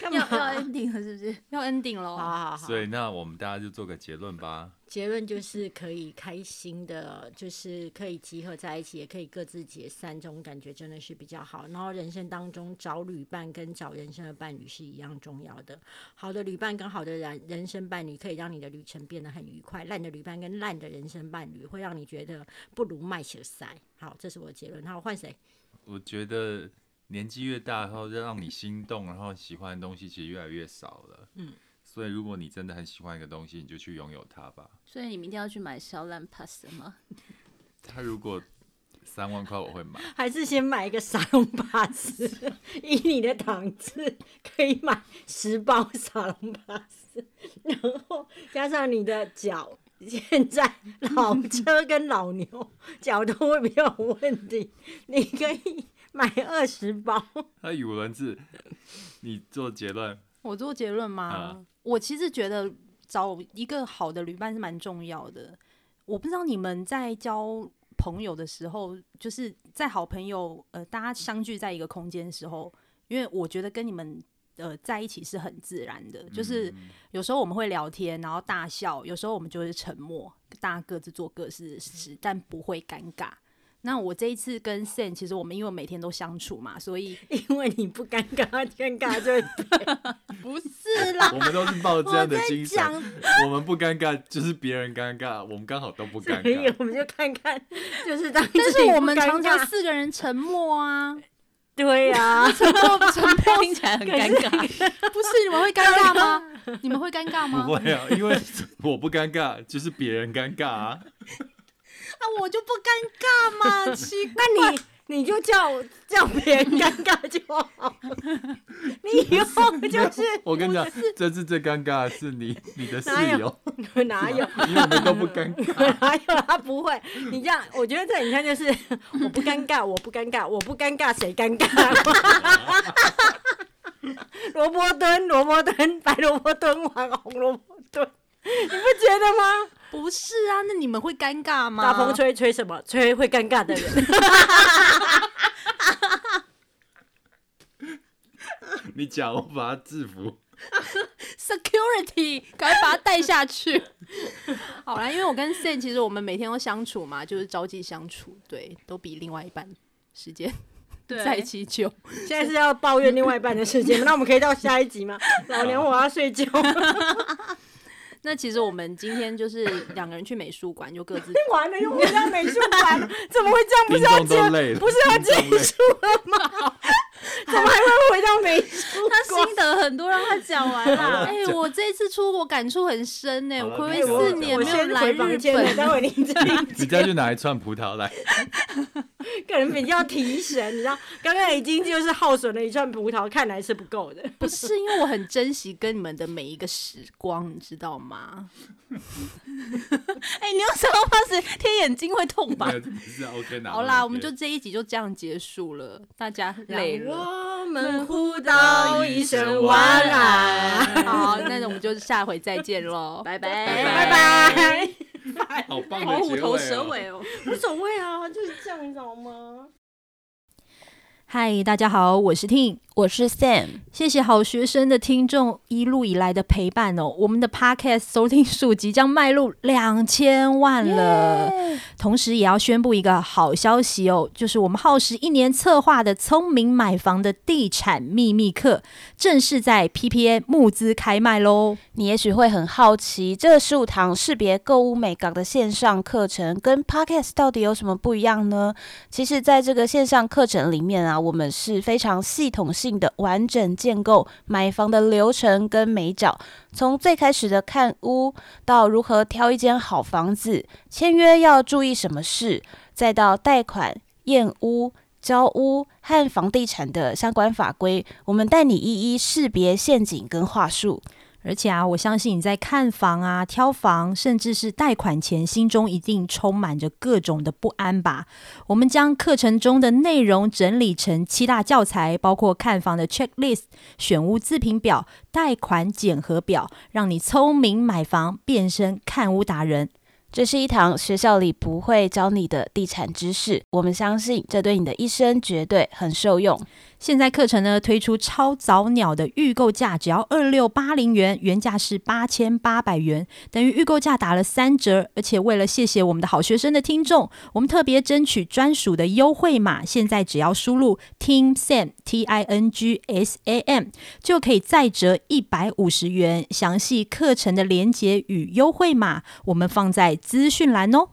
[SPEAKER 2] 干嘛？
[SPEAKER 4] 要要 ending 了是不是？
[SPEAKER 1] 要 ending
[SPEAKER 2] 好
[SPEAKER 1] 了，
[SPEAKER 2] 好好，
[SPEAKER 3] 所以那我们大家就做个结论吧。
[SPEAKER 2] 结论就是可以开心的，就是可以集合在一起，也可以各自解散，这种感觉真的是比较好。然后人生当中找旅伴跟找人生的伴侣是一样重要的。好的旅伴跟好的人人生伴侣可以让你的旅程变得很愉快，烂的旅伴跟烂的人生伴侣会让你觉得不如卖血塞。好，这是我的结论。好，换谁？
[SPEAKER 3] 我觉得年纪越大，然后让你心动，然后喜欢的东西其实越来越少了。
[SPEAKER 2] 嗯，
[SPEAKER 3] 所以如果你真的很喜欢一个东西，你就去拥有它吧。
[SPEAKER 4] 所以你明天要去买小蓝 pass 吗？
[SPEAKER 3] 它如果三万块，我会买。
[SPEAKER 2] 还是先买一个沙龙巴斯？以你的档次，可以买十包沙龙巴斯， 然后加上你的脚，现在老车跟老牛脚都会比较有问题， 你可以买二十包。
[SPEAKER 3] 那语文字，你做结论，
[SPEAKER 1] 我做结论吗？
[SPEAKER 3] 嗯
[SPEAKER 1] 我其实觉得找一个好的旅伴是蛮重要的。我不知道你们在交朋友的时候，就是在好朋友呃，大家相聚在一个空间的时候，因为我觉得跟你们呃在一起是很自然的，就是。
[SPEAKER 3] 嗯
[SPEAKER 1] 有时候我们会聊天，然后大笑；有时候我们就会沉默，大家各自做各自的事，但不会尴尬。那我这一次跟 Sen，其实我们因为每天都相处嘛，所以
[SPEAKER 2] 因为你不尴尬，尴尬就
[SPEAKER 1] 不是啦，
[SPEAKER 3] 我们都是抱着这样的精神
[SPEAKER 1] 讲，
[SPEAKER 3] 我们不尴尬，就是别人尴尬，我们刚好都不尴
[SPEAKER 2] 所以
[SPEAKER 3] 尬。
[SPEAKER 2] 我们就看看，就是当
[SPEAKER 1] 但
[SPEAKER 2] 自
[SPEAKER 1] 是
[SPEAKER 2] 己不
[SPEAKER 1] 我们
[SPEAKER 2] 尴
[SPEAKER 1] 常常
[SPEAKER 2] 尬
[SPEAKER 1] 四个人沉默啊，
[SPEAKER 2] 对啊呀、
[SPEAKER 1] 沉默沉默，
[SPEAKER 4] 听起来很尴尬。
[SPEAKER 1] 不是你们会尴尬吗？ 你们会尴尬吗
[SPEAKER 3] 不？会啊，因为我不尴尬，就是别人尴尬啊。
[SPEAKER 1] 啊，我就不尴尬 嘛，奇怪。
[SPEAKER 2] 那你你就叫叫别人尴尬就好，你以后 就是
[SPEAKER 3] 我跟你讲，这次最尴尬的是你，你的室
[SPEAKER 2] 哪
[SPEAKER 3] 友，
[SPEAKER 2] 哪有
[SPEAKER 3] 因为我们都不尴尬。
[SPEAKER 2] 哪有他不会，你这样，我觉得这你看就是我不尴尬，我不尴尬，我不尴尬，谁尴尬？萝卜蹲，萝卜蹲，白萝卜蹲完红萝卜蹲，你不觉得吗？
[SPEAKER 1] 不是啊，那你们会尴尬吗？
[SPEAKER 2] 大风吹吹什么？吹会尴尬的人。
[SPEAKER 3] 你讲，我把他制服。
[SPEAKER 1] security，赶快把他带下去。 好啦，因为我跟 Sen 其实我们每天都相处嘛，就是朝夕相处，对，都比另外一半时间
[SPEAKER 4] 对
[SPEAKER 1] 在一起久。
[SPEAKER 2] 现在是要抱 怨另外一半的事情吗，那我们可以到下一集吗？老娘我要睡觉。
[SPEAKER 1] 那其实我们今天就是两个人去美术馆，就各 自
[SPEAKER 2] 完了又回到美术馆， 怎么会这样？不啊
[SPEAKER 3] 听
[SPEAKER 2] 是要
[SPEAKER 3] 众
[SPEAKER 2] 结
[SPEAKER 3] 都，累了，
[SPEAKER 2] 不是要结
[SPEAKER 3] 听众累
[SPEAKER 2] 束了吗？怎么还会回到美术馆？
[SPEAKER 5] 他心得很多，让他讲完
[SPEAKER 3] 好
[SPEAKER 5] 啦
[SPEAKER 3] 了。
[SPEAKER 1] 哎、我这次出国感触很深呢、
[SPEAKER 3] 好
[SPEAKER 1] 我
[SPEAKER 3] 了
[SPEAKER 1] 暌违
[SPEAKER 3] 别讲了
[SPEAKER 1] 四年
[SPEAKER 2] 哎我
[SPEAKER 1] 没有
[SPEAKER 2] 先
[SPEAKER 1] 来
[SPEAKER 2] 回
[SPEAKER 1] 日
[SPEAKER 2] 房间了，待
[SPEAKER 1] 本，
[SPEAKER 2] 会你再
[SPEAKER 3] 你再去拿一串葡萄 来，
[SPEAKER 2] 个人比较提神，你知道，刚刚已经就是耗损了一串葡萄，看来是不够的。
[SPEAKER 1] 不是因为我很珍惜跟你们的每一个时光，你知道吗？
[SPEAKER 5] 哎，你用什么方式贴眼睛会痛吧
[SPEAKER 3] 那？个是 OK 拿到那边。
[SPEAKER 1] 好啦，我们就这一集就这样结束了，大家累了。
[SPEAKER 2] 我们互道一声晚安，
[SPEAKER 1] 好，那我们就下回再见 喽，拜拜
[SPEAKER 3] 拜
[SPEAKER 2] 拜拜。
[SPEAKER 3] 好 棒
[SPEAKER 5] 好
[SPEAKER 3] 的结
[SPEAKER 5] 虎
[SPEAKER 3] 尾
[SPEAKER 5] 头
[SPEAKER 3] 哦
[SPEAKER 5] 蛇尾哦。
[SPEAKER 2] 无所谓啊，就是这样，你知道吗？
[SPEAKER 1] 嗨，大家好，我是 Ting，
[SPEAKER 5] 我是 Sam，
[SPEAKER 1] 谢谢好学生的听众一路以来的陪伴哦。我们的 Podcast 收听数即将迈入两千万了同时也要宣布一个好消息哦，就是我们耗时一年策划的《聪明买房的地产秘密课》正式在 PPA 募资开卖喽。
[SPEAKER 4] 你也许会很好奇，这十五堂识别购物美港的线上课程跟 Podcast 到底有什么不一样呢？其实，在这个线上课程里面啊，我们是非常系统性的完整建构买房的流程跟美角，从最开始的看屋到如何挑一间好房子，签约要注意什么事，再到贷款、验屋。交屋和房地产的相关法规，我们带你一一识别陷阱跟话术。
[SPEAKER 1] 而且啊，我相信你在看房啊、挑房，甚至是贷款前，心中一定充满着各种的不安吧。我们将课程中的内容整理成七大教材，包括看房的 checklist、选屋自评表、贷款检核表，让你聪明买房，变身看屋达人。
[SPEAKER 4] 这是一堂学校里不会教你的地产知识，我们相信这对你的一生绝对很受用。
[SPEAKER 1] 现在课程呢推出超早鸟的预购价，只要二六八零元，原价是八千八百元，等于预购价打了三折。而且为了谢谢我们的好学生的听众，我们特别争取专属的优惠码，现在只要输入 Team Sam T I N G S A M 就可以再折一百五十元。详细课程的连结与优惠码，我们放在资讯栏哦。